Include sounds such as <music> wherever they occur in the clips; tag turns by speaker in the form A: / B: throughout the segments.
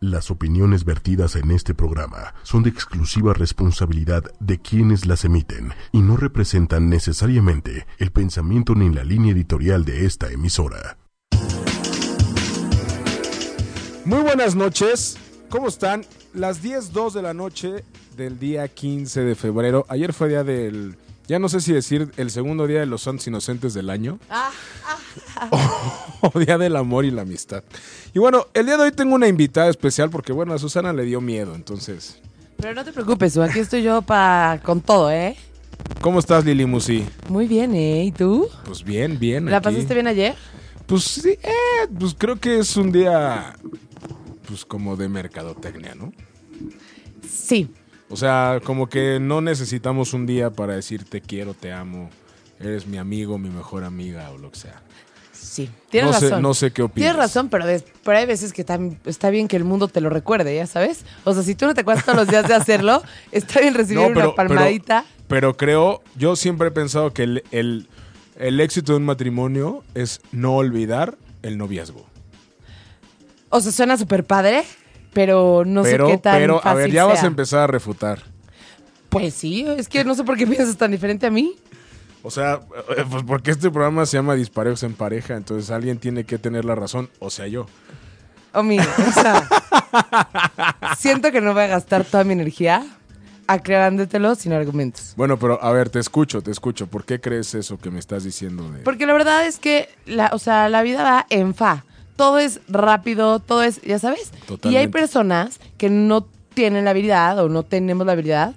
A: Las opiniones vertidas en este programa son de exclusiva responsabilidad de quienes las emiten y no representan necesariamente el pensamiento ni la línea editorial de esta emisora.
B: Muy buenas noches, ¿cómo están? Las 10.02 de la noche del día 15 de febrero. Ayer fue día del, ya no sé si decir el segundo día de los santos inocentes del año.
C: Ah,
B: <laughs> o día del amor y la amistad. Y bueno, el día de hoy tengo una invitada especial porque bueno, a Susana le dio miedo, entonces.
C: Pero no te preocupes, Su, aquí estoy yo pa con todo, ¿eh?
B: ¿Cómo estás, Lili Musi?
C: Muy bien, ¿eh? ¿Y tú?
B: Pues bien, bien.
C: ¿La
B: aquí.
C: pasaste bien ayer?
B: Pues sí, eh, pues creo que es un día, pues como de mercadotecnia, ¿no?
C: Sí.
B: O sea, como que no necesitamos un día para decir te quiero, te amo, eres mi amigo, mi mejor amiga o lo que sea.
C: Sí. Tienes
B: no sé-
C: razón.
B: no sé qué opinas.
C: Tienes razón, pero, des- pero hay veces que tam- está bien que el mundo te lo recuerde, ¿ya sabes? O sea, si tú no te acuerdas todos los días
B: <laughs>
C: de hacerlo, está bien recibir una palmadita.
B: pero creo, yo siempre he pensado que el, el- el éxito de un matrimonio es no olvidar el noviazgo.
C: O sea, suena súper padre, pero no
B: pero,
C: sé qué tan
B: pero, a
C: fácil
B: ver, ya vas a
C: sea.
B: empezar a refutar.
C: Pues sí, es que no sé por qué piensas tan diferente a mí.
B: O sea, eh, pues porque este programa se llama Disparejos en Pareja, entonces alguien tiene que tener la razón, o sea, yo.
C: O mi, o sea, Oh, siento que no voy a gastar toda mi energía aclarándotelo sin argumentos.
B: Bueno, pero a ver, te escucho, te escucho. ¿Por qué crees eso que me estás diciendo de
C: Porque la verdad es que, la, o sea, la vida va en fa. Todo es rápido, todo es, ya sabes. Y hay
B: Totalmente.
C: personas que no tienen la habilidad o no tenemos la habilidad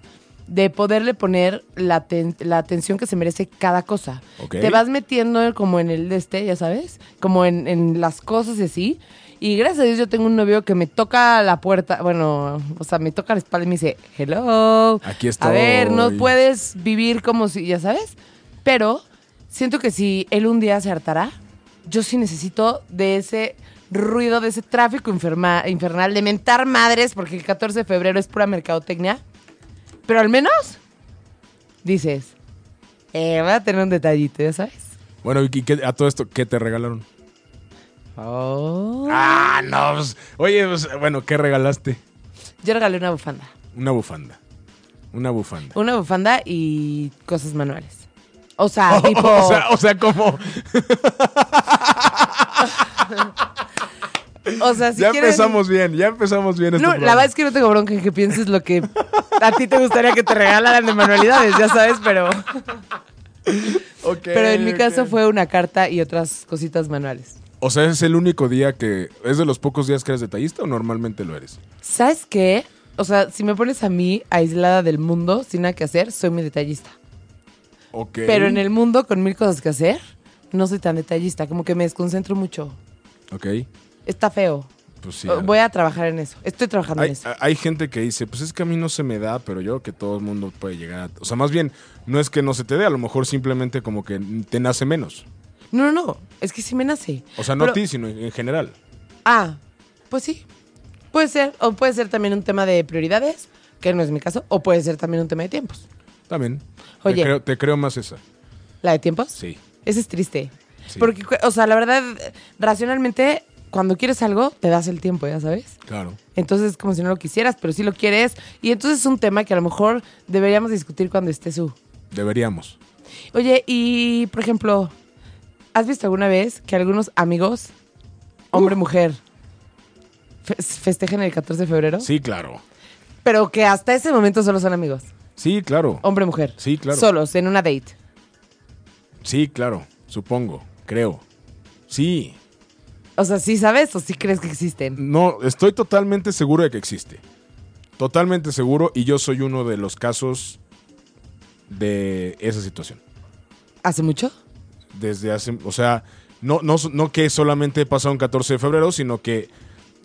C: de poderle poner la, ten- la atención que se merece cada cosa.
B: Ok.
C: Te vas metiendo como en el de este, ya sabes, como en, en las cosas y así. Y gracias a Dios yo tengo un novio que me toca la puerta, bueno, o sea, me toca la espalda y me dice, hello.
B: Aquí
C: A ver, no
B: estoy.
C: puede puedes vivir como si, ya sabes, pero siento que si él un día se hartará, yo sí necesito de ese ruido, de ese tráfico enferma- infernal, de mentar madres, porque el 14 de febrero es pura mercadotecnia, pero al menos dices, eh, voy a tener un detallito, ya sabes.
B: Bueno, ¿y qué- a todo esto qué te regalaron?
C: Oh.
B: Ah, no. pues, oye, pues, bueno, ¿qué regalaste?
C: Yo regalé una bufanda,
B: Una bufanda. Una
C: <laughs>
B: bufanda.
C: una bufanda y cosas manuales. O sea, Ah, tipo...
B: <laughs> O sea, o sea, como
C: o sea, si
B: ya
C: quieren-
B: empezamos bien, ya empezamos bien este
C: No, la
B: programa.
C: verdad es que no tengo bronca en que pienses lo que a ti te gustaría que te regalaran de manualidades, ya sabes, pero,
B: Ok,
C: pero en mi
B: ok.
C: caso fue una carta y otras cositas manuales.
B: O sea, es el único día que es de los pocos días que eres detallista o normalmente lo eres.
C: ¿Sabes qué? O sea, si me pones a mí aislada del mundo, sin nada que hacer, soy muy detallista.
B: Ok.
C: Pero en el mundo, con mil cosas que hacer, no soy tan detallista, como que me desconcentro mucho.
B: Ok.
C: Está feo.
B: Pues sí.
C: Oh, Voy a trabajar en eso. Estoy trabajando en
B: Hay,
C: eso.
B: hay gente que dice, pues es que a mí no se me da, pero yo creo que todo el mundo puede llegar a... O sea, más bien, no es que no se te dé, a lo mejor simplemente como que te nace menos.
C: No, no, no. Es que sí me nace.
B: O sea, no
C: Pero-
B: a ti, sino en en general.
C: Ah, pues sí. Puede ser. O puede ser también un tema de prioridades, que no es mi caso. O puede ser también un tema de tiempos.
B: También.
C: Oye.
B: Te creo, te creo más esa.
C: ¿La de tiempos?
B: Sí.
C: Ese es triste.
B: Sí.
C: Porque, o sea, la verdad, racionalmente, cuando quieres algo, te das el tiempo, ya sabes.
B: Claro.
C: Entonces, como si no lo quisieras, pero sí lo quieres. Y entonces es un tema que a lo mejor deberíamos discutir cuando esté su.
B: Deberíamos.
C: Oye, y por ejemplo, ¿has visto alguna vez que algunos amigos, hombre-mujer, festejen el 14 de febrero?
B: Sí, claro.
C: Pero que hasta ese momento solo son amigos.
B: Sí, claro.
C: Hombre-mujer.
B: Sí, claro.
C: Solos, en una date.
B: Sí, claro. Supongo. Creo. Sí.
C: O sea, ¿sí sabes o sí crees que existen?
B: No, estoy totalmente seguro de que existe. Totalmente seguro y yo soy uno de los casos de esa situación.
C: ¿Hace mucho?
B: Desde hace, o sea, no, no, no que solamente he pasado un 14 de febrero, sino que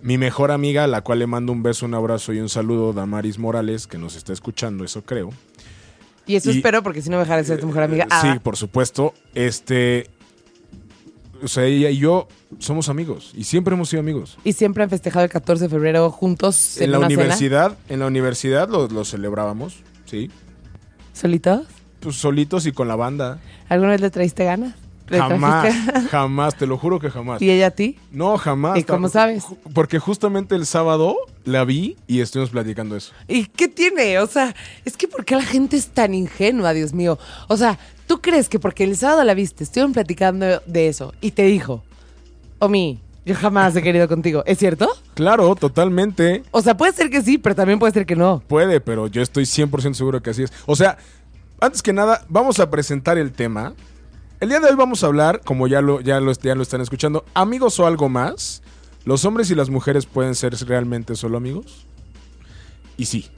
B: mi mejor amiga, a la cual le mando un beso, un abrazo y un saludo, Damaris Morales, que nos está escuchando, eso creo.
C: Y eso
B: Y-
C: espero porque si no me dejarás de ser tu mujer amiga.
B: Eh,
C: Ah,
B: Sí, por supuesto. Este. O sea, ella y yo somos amigos y siempre hemos sido amigos.
C: Y siempre han festejado el 14 de febrero juntos en,
B: En la
C: una cena?
B: universidad, en la universidad lo, lo celebrábamos, sí.
C: ¿Solitos?
B: Pues solitos y con la banda.
C: ¿Alguna vez le traíste ganas? ¿Le
B: Jamás,
C: trajiste? <laughs>
B: jamás, te lo juro que jamás.
C: ¿Y ella a ti?
B: No, jamás.
C: ¿Y cómo sabes?
B: Ju- Porque justamente el sábado la vi y estuvimos platicando eso.
C: ¿Y qué tiene? O sea, es que ¿por qué la gente es tan ingenua, Dios mío? O sea, ¿tú crees que porque el sábado la viste, estuvieron platicando de eso y te dijo, Omi, yo jamás he querido contigo, ¿es cierto?
B: Claro, totalmente.
C: O sea, puede ser que sí, pero también puede ser que no.
B: Puede, pero yo estoy 100% seguro que así es. O sea, antes que nada, vamos a presentar el tema. El día de hoy vamos a hablar, como ya lo, ya lo, ya lo están escuchando, amigos o algo más. ¿Los hombres y las mujeres pueden ser realmente solo amigos? Y sí.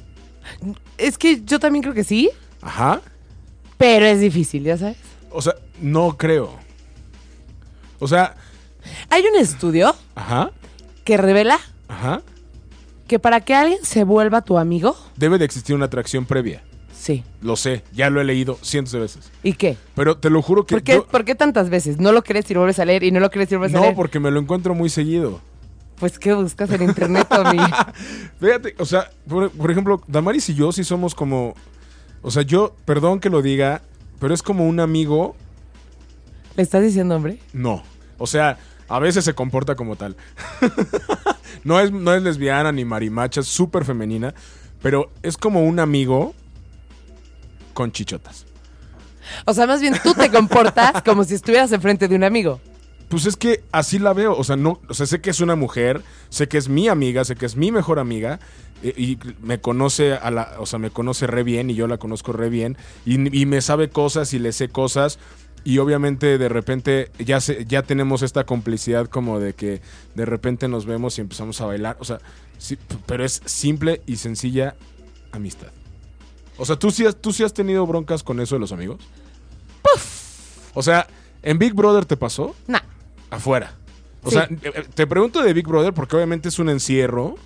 C: Es que yo también creo que sí,
B: Ajá.
C: pero es difícil, ya sabes.
B: O sea, no creo. O sea,
C: Hay un estudio
B: ajá,
C: que revela
B: ajá.
C: que para que alguien se vuelva tu amigo,
B: Debe de existir una atracción previa.
C: sí.
B: Lo sé, ya lo he leído cientos de veces.
C: ¿Y qué?
B: Pero te lo juro que
C: ¿Por qué,
B: yo-
C: por qué tantas veces? No lo crees y lo vuelves a leer y no lo crees y lo vuelves a
B: no,
C: leer.
B: porque me lo encuentro muy seguido.
C: Pues, ¿qué buscas en internet,
B: <laughs>
C: Omi?
B: Fíjate, o sea, por, por ejemplo, Damaris y yo sí somos como. O sea, yo, perdón que lo diga, pero es como un amigo.
C: ¿Le estás diciendo, hombre?
B: No. O sea, a veces se comporta como tal. <laughs> no, es, no es lesbiana ni marimacha, es súper femenina. Pero es como un amigo con chichotas.
C: O sea, más bien tú te comportas como si estuvieras enfrente de un amigo.
B: Pues es que así la veo. O sea, no, o sea, sé que es una mujer, sé que es mi amiga, sé que es mi mejor amiga. eh, Y me conoce a la, o sea, me conoce re bien y yo la conozco re bien. Y, y me sabe cosas y le sé cosas. Y obviamente de repente ya, se- ya tenemos esta complicidad como de que de repente nos vemos y empezamos a bailar. O sea, sí, p- pero es simple y sencilla amistad. O sea, ¿tú sí, has, ¿tú sí has tenido broncas con eso de los amigos? O sea, ¿en Big Brother te pasó?
C: No.
B: afuera. O
C: Sí.
B: sea, eh, eh, te pregunto de Big Brother porque obviamente es un encierro,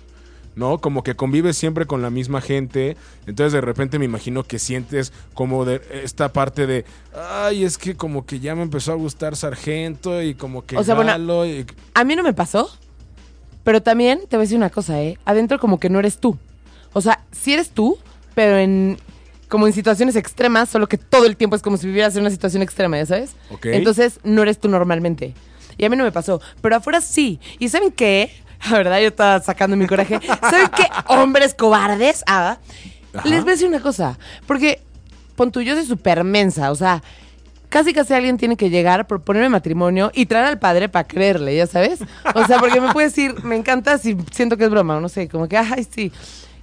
B: ¿no? Como que convives siempre con la misma gente. Entonces de repente me imagino que sientes como de esta parte de, ay, es que como que ya me empezó a gustar Sargento y como que...
C: O sea, bueno,
B: Galo y-
C: A mí no me pasó, pero también te voy a decir una cosa, ¿eh? Adentro como que no eres tú. O sea, sí eres tú, pero en como en situaciones extremas, solo que todo el tiempo es como si vivieras en una situación extrema, ¿ya sabes?
B: Ok.
C: Entonces no eres tú normalmente. Y a mí no me pasó, pero afuera sí. ¿Y saben qué? La verdad, yo estaba sacando mi coraje. ¿Saben qué? Hombres cobardes. Ah,
B: Ajá.
C: les voy a decir una cosa, porque pon tú, yo soy súper mensa, o sea, casi casi alguien tiene que llegar, proponerme matrimonio y traer al padre para creerle, ya sabes. O sea, porque me puede decir, me encanta si siento que es broma, o no sé, como que, ay, sí.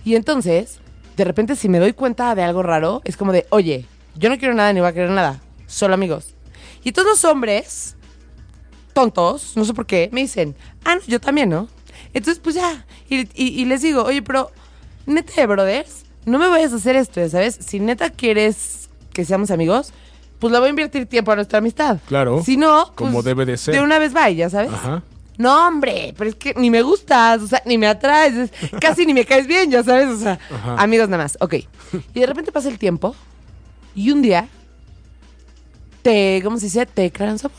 C: Y entonces, de repente, si me doy cuenta de algo raro, es como de, oye, yo no quiero nada ni voy a querer nada, solo amigos. Y todos los hombres, tontos, no sé por qué, me dicen, ah, no, yo también, ¿no? Entonces, pues ya, y, y- y les digo, oye, pero, neta, brothers, no me vayas a hacer esto, ya sabes, si neta quieres que seamos amigos, pues le voy a invertir tiempo a nuestra amistad.
B: Claro,
C: Si no,
B: como
C: pues,
B: debe de ser.
C: De una vez vaya, ya sabes.
B: Ajá.
C: No, hombre, pero es que ni me gustas, o sea, ni me atraes, es- casi ni me caes bien, ya sabes, o sea,
B: Ajá.
C: amigos nada más. Ok. Y de repente pasa el tiempo y un día te, ¿cómo se dice? Te declaran su amor.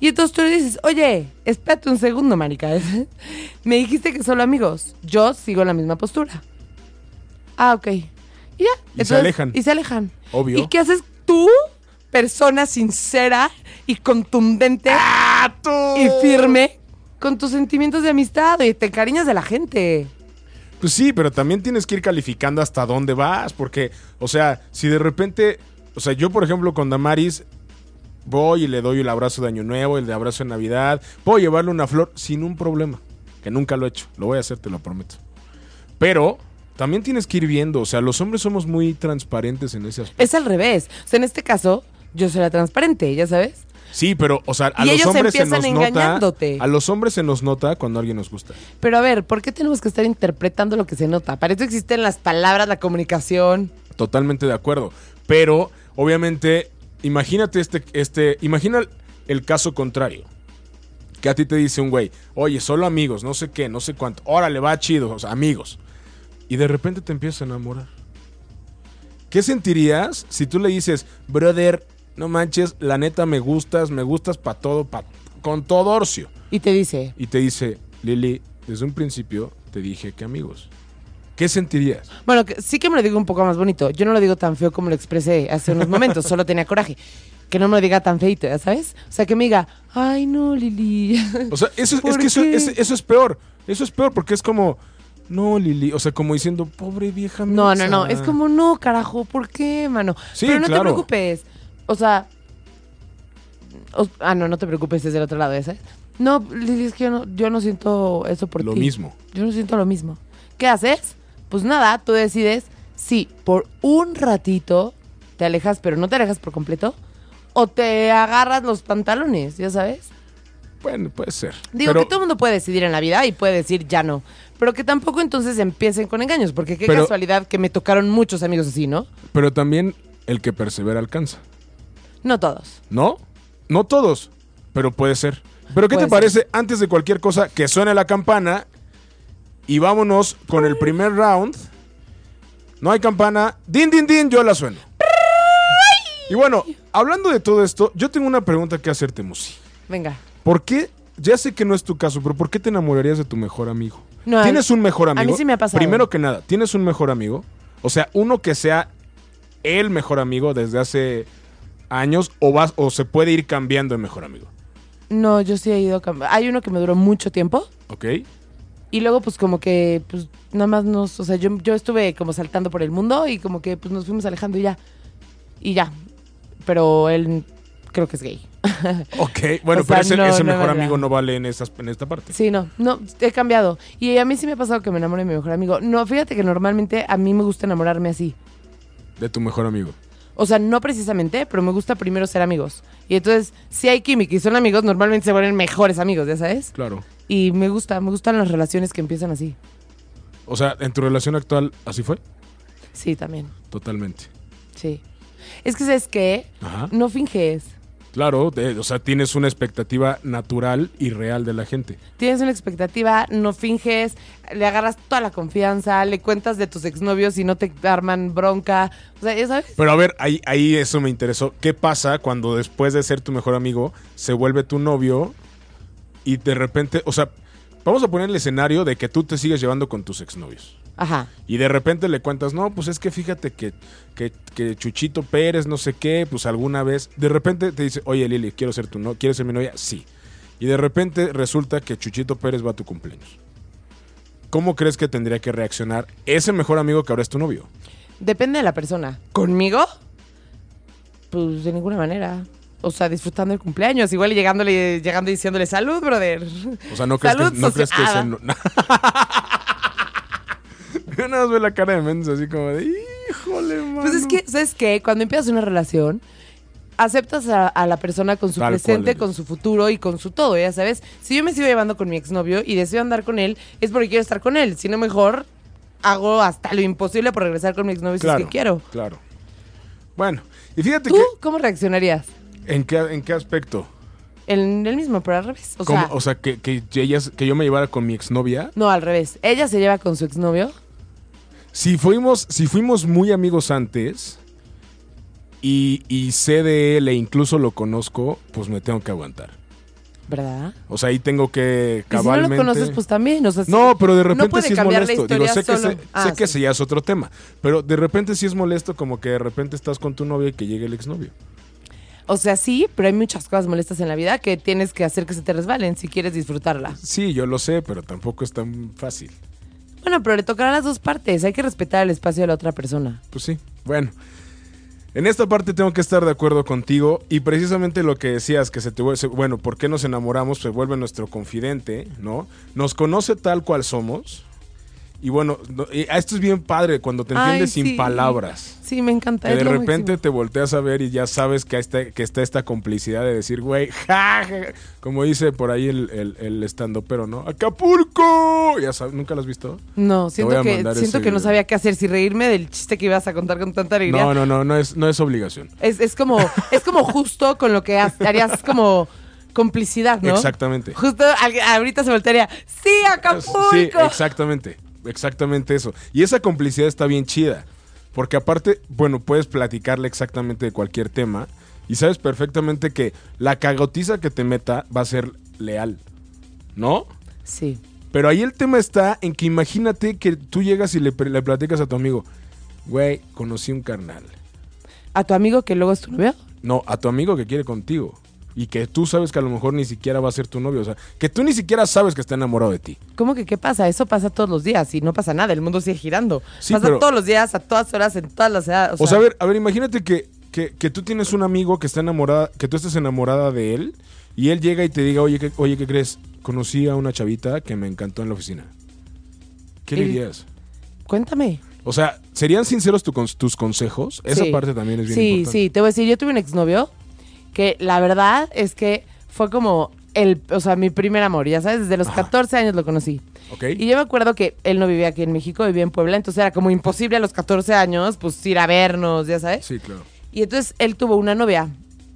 C: Y entonces tú le dices, oye, espérate un segundo, marica. <laughs> me dijiste que solo amigos. Yo sigo la misma postura. Ah, ok. Y ya.
B: se alejan.
C: Y se alejan.
B: Obvio.
C: ¿Y qué haces tú, persona sincera y contundente? y firme con tus sentimientos de amistad y te encariñas de la gente.
B: Pues sí, pero también tienes que ir calificando hasta dónde vas, porque, o sea, si de repente, o sea, yo por ejemplo con Damaris voy y le doy el abrazo de Año Nuevo, el de abrazo de Navidad, puedo llevarle una flor sin un problema, que nunca lo he hecho, lo voy a hacer, te lo prometo. Pero también tienes que ir viendo, o sea, los hombres somos muy transparentes en ese aspecto.
C: Es al revés. O sea, en este caso, yo soy la transparente, ya sabes.
B: Sí, pero, o sea, a
C: Y
B: los
C: ellos
B: hombres se
C: empiezan
B: nos nota,
C: engañándote.
B: a los hombres se nos nota cuando alguien nos gusta.
C: Pero a ver, ¿por qué tenemos que estar interpretando lo que se nota? Para eso existen las palabras, la comunicación.
B: Totalmente de acuerdo. Pero, obviamente, imagínate este, este, imagina el, el caso contrario. Que a ti te dice un güey, oye, solo amigos, no sé qué, no sé cuánto. Órale, va chido, o sea, amigos. Y de repente te empiezas a enamorar. ¿Qué sentirías si tú le dices, brother, no manches, la neta me gustas, me gustas para todo, pa, con todo orcio?
C: Y te dice,
B: Y te dice, Lili, desde un principio te dije que amigos. ¿Qué sentirías?
C: bueno, que- sí que me lo digo un poco más bonito. Yo no lo digo tan feo como lo expresé hace unos momentos, solo tenía coraje. que no me lo diga tan feito, ¿ya sabes? O sea, que me diga, ay, no, Lili. <laughs>
B: O sea, eso, es
C: ¿Por
B: que eso,
C: qué?
B: es- eso es peor. Eso es peor porque es como, no, Lili. O sea, como diciendo, pobre vieja.
C: No, no,
B: mensa.
C: no. Es como, no, carajo, ¿por qué, mano?
B: Sí,
C: Pero no
B: claro.
C: te preocupes. O sea. o- ah, no, no te preocupes, es del otro lado ese. No, Lili, es que yo no, yo no siento eso por
B: Lo
C: ti.
B: mismo.
C: Yo no siento lo mismo. ¿Qué haces? Pues nada, tú decides si por un ratito te alejas, pero no te alejas por completo, o te agarras los pantalones, ya sabes.
B: Bueno, puede ser.
C: Digo
B: Pero-
C: que todo el mundo puede decidir en la vida y puede decir ya no. Pero que tampoco entonces empiecen con engaños, porque qué
B: Pero-
C: casualidad que me tocaron muchos amigos así, ¿no?
B: Pero también el que persevera alcanza.
C: No todos.
B: ¿No? No todos, pero puede ser. Pero ¿qué
C: Puede
B: te
C: ser.
B: parece antes de cualquier cosa que suene la campana y vámonos con el primer round? No hay campana. Din, din, din, yo la sueno. Y bueno, hablando de todo esto, yo tengo una pregunta que hacerte, Musi.
C: Venga.
B: ¿Por qué? Ya sé que no es tu caso, pero ¿por qué te enamorarías de tu mejor amigo?
C: No,
B: ¿Tienes
C: a-
B: un mejor
C: a mí
B: amigo?
C: sí me ha pasado.
B: Primero que nada, ¿tienes un mejor amigo? O sea, uno que sea el mejor amigo desde hace años o, vas, o se puede ir cambiando de mejor amigo.
C: No, yo sí he ido cam- Hay uno que me duró mucho tiempo <laughs>
B: ¿Ok?
C: y luego pues como que pues nada más nos, o sea, yo, yo estuve como saltando por el mundo y como que pues nos fuimos alejando y ya. Y ya. Pero él creo que es gay.
B: Ok, bueno,
C: O sea,
B: pero ese,
C: no,
B: ese
C: no,
B: mejor
C: no, no.
B: amigo no vale en, esas, en esta parte.
C: Sí, no, no, he cambiado. Y a mí sí me ha pasado que me enamore de mi mejor amigo. No, fíjate que normalmente a mí me gusta enamorarme así.
B: De tu mejor amigo.
C: O sea, no precisamente, pero me gusta primero ser amigos. Y entonces, si hay química y son amigos, normalmente se vuelven mejores amigos, ¿ya sabes?
B: Claro.
C: Y me gusta, me gustan las relaciones que empiezan así.
B: O sea, en tu relación actual, ¿así fue?
C: Sí, también.
B: Totalmente.
C: Sí. Es que, ¿sabes qué?
B: Ajá.
C: No finges.
B: Claro, de- o sea, tienes una expectativa natural y real de la gente.
C: Tienes una expectativa, no finges, le agarras toda la confianza, le cuentas de tus exnovios y no te arman bronca. O sea, ya sabes.
B: Pero a ver, ahí, ahí eso me interesó. ¿Qué pasa cuando después de ser tu mejor amigo se vuelve tu novio y de repente, o sea, vamos a poner el escenario de que tú te sigues llevando con tus exnovios.
C: Ajá.
B: Y de repente le cuentas, no, pues es que fíjate que, que, que Chuchito Pérez, no sé qué, pues alguna vez. De repente te dice, oye Lili, quiero ser tu no ¿quieres ser mi novia? Sí. Y de repente resulta que Chuchito Pérez va a tu cumpleaños. ¿Cómo crees que tendría que reaccionar ese mejor amigo que ahora es tu novio?
C: Depende de la persona. ¿Conmigo? Pues de ninguna manera. O sea, disfrutando el cumpleaños, igual y llegándole, llegando y diciéndole salud, brother.
B: O sea, no crees
C: Salud, Ah.
B: que, no crees que
C: sociada.
B: se... no- <laughs> Yo nada más veo la cara de Mendes así como de... Híjole, mano.
C: Pues es que, ¿sabes qué? Cuando empiezas una relación, aceptas a, a la persona con su
B: Tal cual
C: presente,
B: eres.
C: con su futuro y con su todo, ya sabes. Si yo me sigo llevando con mi exnovio y deseo andar con él, es porque quiero estar con él. Si no, mejor hago hasta lo imposible por regresar con mi exnovio si es que quiero.
B: Claro. Bueno, y fíjate
C: ¿Tú cómo reaccionarías?
B: que... ¿En qué, en qué aspecto?
C: En el mismo, pero al revés. O
B: ¿Cómo?
C: sea,
B: o sea, que, que, ellas, que yo me llevara con mi exnovia.
C: no, al revés. Ella se lleva con su exnovio.
B: Si fuimos, si fuimos muy amigos antes y, y sé de él e incluso lo conozco, pues me tengo que aguantar.
C: ¿Verdad?
B: O sea, ahí tengo que
C: Y si no
B: cabalmente...
C: lo conoces, pues también. O sea, sí-
B: No, pero de repente
C: no puede
B: sí es
C: cambiar la
B: molesto. Digo,
C: historia
B: sé que,
C: solo.
B: se-
C: Ah,
B: sé que
C: sí.
B: ese ya es otro tema, pero de repente sí es molesto como que de repente estás con tu novia y que llegue el exnovio.
C: O sea, sí, pero hay muchas cosas molestas en la vida que tienes que hacer que se te resbalen si quieres disfrutarla.
B: Sí, yo lo sé, pero tampoco es tan fácil.
C: Bueno, pero le tocará a las dos partes. Hay que respetar el espacio de la otra persona.
B: Pues sí, bueno. En esta parte tengo que estar de acuerdo contigo y precisamente lo que decías, que se te vuel- se- bueno, ¿por qué nos enamoramos? Se vuelve nuestro confidente, ¿no? Nos conoce tal cual somos. Y bueno, no- y- ah, esto es bien padre cuando te
C: Ay,
B: entiendes sin
C: sí.
B: palabras.
C: Sí, me encanta.
B: Que
C: es
B: de
C: lo
B: repente
C: máximo.
B: te volteas a ver y ya sabes que, está, que está esta complicidad de decir, güey, <laughs> ja, ja, ja", como dice por ahí el, el, el estando, pero no, Acapulco. Ya sabes, ¿nunca lo has visto?
C: No,
B: voy
C: siento
B: a
C: que,
B: mandar
C: siento
B: ese
C: que no
B: video.
C: sabía qué hacer. Si reírme del chiste que ibas a contar con tanta alegría.
B: No, no, no, no es, no es obligación.
C: Es, es como, es como justo con lo que ha- harías como complicidad, ¿no? <laughs>
B: Exactamente.
C: Justo al- ahorita se voltearía. ¡Sí, Acapulco!
B: Sí, exactamente, exactamente eso. Y esa complicidad está bien chida, porque aparte, bueno, puedes platicarle exactamente de cualquier tema y sabes perfectamente que la cagotiza que te meta va a ser leal, ¿no?
C: Sí.
B: Pero ahí el tema está en que imagínate que tú llegas y le, pre- le platicas a tu amigo, güey, conocí un carnal.
C: a tu amigo que luego es tu novio?
B: No, a tu amigo que quiere contigo. Y que tú sabes que a lo mejor ni siquiera va a ser tu novio. O sea, que tú ni siquiera sabes que está enamorado de ti.
C: ¿Cómo que qué pasa? Eso pasa todos los días y no pasa nada. El mundo sigue girando.
B: Sí,
C: pasa
B: pero-
C: todos los días, a todas horas, en todas las edades.
B: O sea, a ver, a ver, imagínate que, que, que tú tienes un amigo que está enamorada, que tú estás enamorada de él, y él llega y te diga, oye, ¿qué, oye, ¿qué crees? Conocí a una chavita que me encantó en la oficina. ¿Qué le
C: El-
B: dirías?
C: cuéntame.
B: O sea, ¿serían sinceros tu cons- tus consejos? Esa
C: Sí.
B: parte también es bien
C: sí,
B: importante.
C: Sí, te voy a decir, yo tuve un exnovio que la verdad es que fue como el, o sea, mi primer amor, ya sabes, desde los 14 años lo conocí.
B: ¿Ok?
C: Y yo me acuerdo que él no vivía aquí en México, vivía en Puebla, entonces era como imposible a los 14 años, pues ir a vernos, ya sabes.
B: Sí, claro.
C: Y entonces él tuvo una novia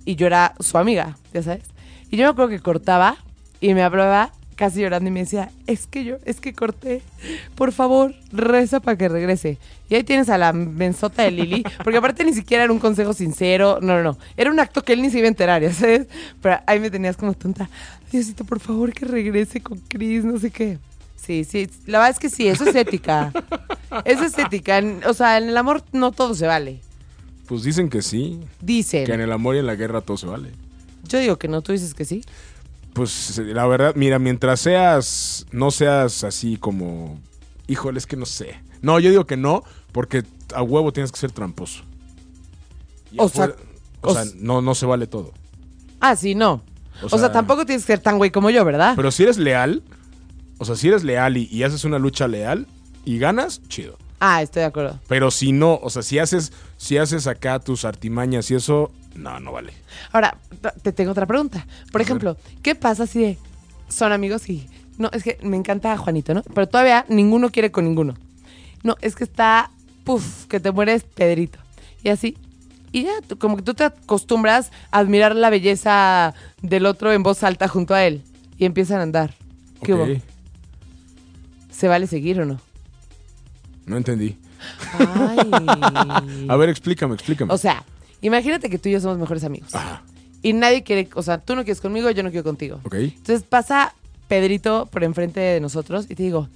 C: y yo era su amiga, ya sabes. Y yo me acuerdo que cortaba y me hablaba casi llorando y me decía, es que yo, es que corté, por favor, reza para que regrese. Y ahí tienes a la mensota de Lili, porque aparte ni siquiera era un consejo sincero, no, no, no, era un acto que él ni se iba a enterar, ya sabes. Pero ahí me tenías como tonta, Diosito, por favor, que regrese con Cris, no sé qué. Sí, sí, la verdad es que sí, eso es ética. Eso es ética. En- O sea, en el amor no todo se vale.
B: Pues dicen que sí,
C: Dicen.
B: que en el amor y en la guerra todo se vale.
C: Yo digo que no, tú dices que sí.
B: Pues la verdad, mira, mientras seas, no seas así como, híjole, es que no sé. No, yo digo que no, porque a huevo tienes que ser tramposo. Y
C: O
B: afuera-
C: sea,
B: o
C: o
B: sea,
C: s-
B: no, no se vale todo.
C: Ah, sí, no.
B: O
C: O
B: sea-
C: sea, tampoco tienes que ser tan güey como yo, ¿verdad?
B: Pero si eres leal, o sea, si eres leal y, y haces una lucha leal y ganas, chido.
C: Ah, estoy de acuerdo.
B: Pero si no, o sea, si haces, si haces acá tus artimañas y eso, no, no vale.
C: Ahora, t- te tengo otra pregunta. Por
B: A
C: ejemplo, ¿qué pasa si de- son amigos y... No, es que me encanta Juanito, ¿no? Pero todavía ninguno quiere con ninguno. No, es que está... Puf, que te mueres Pedrito. Y así. Y ya, tú- como que tú te acostumbras a admirar la belleza del otro en voz alta junto a él. Y empiezan a andar. ¿Qué
B: Ok,
C: hubo? ¿Se vale seguir o no?
B: No entendí.
C: Ay.
B: A ver, explícame, explícame.
C: O sea, imagínate que tú y yo somos mejores amigos.
B: Ajá,
C: Y nadie quiere, o sea, tú no quieres conmigo, yo no quiero contigo.
B: ok.
C: Entonces pasa Pedrito por enfrente de nosotros y te digo,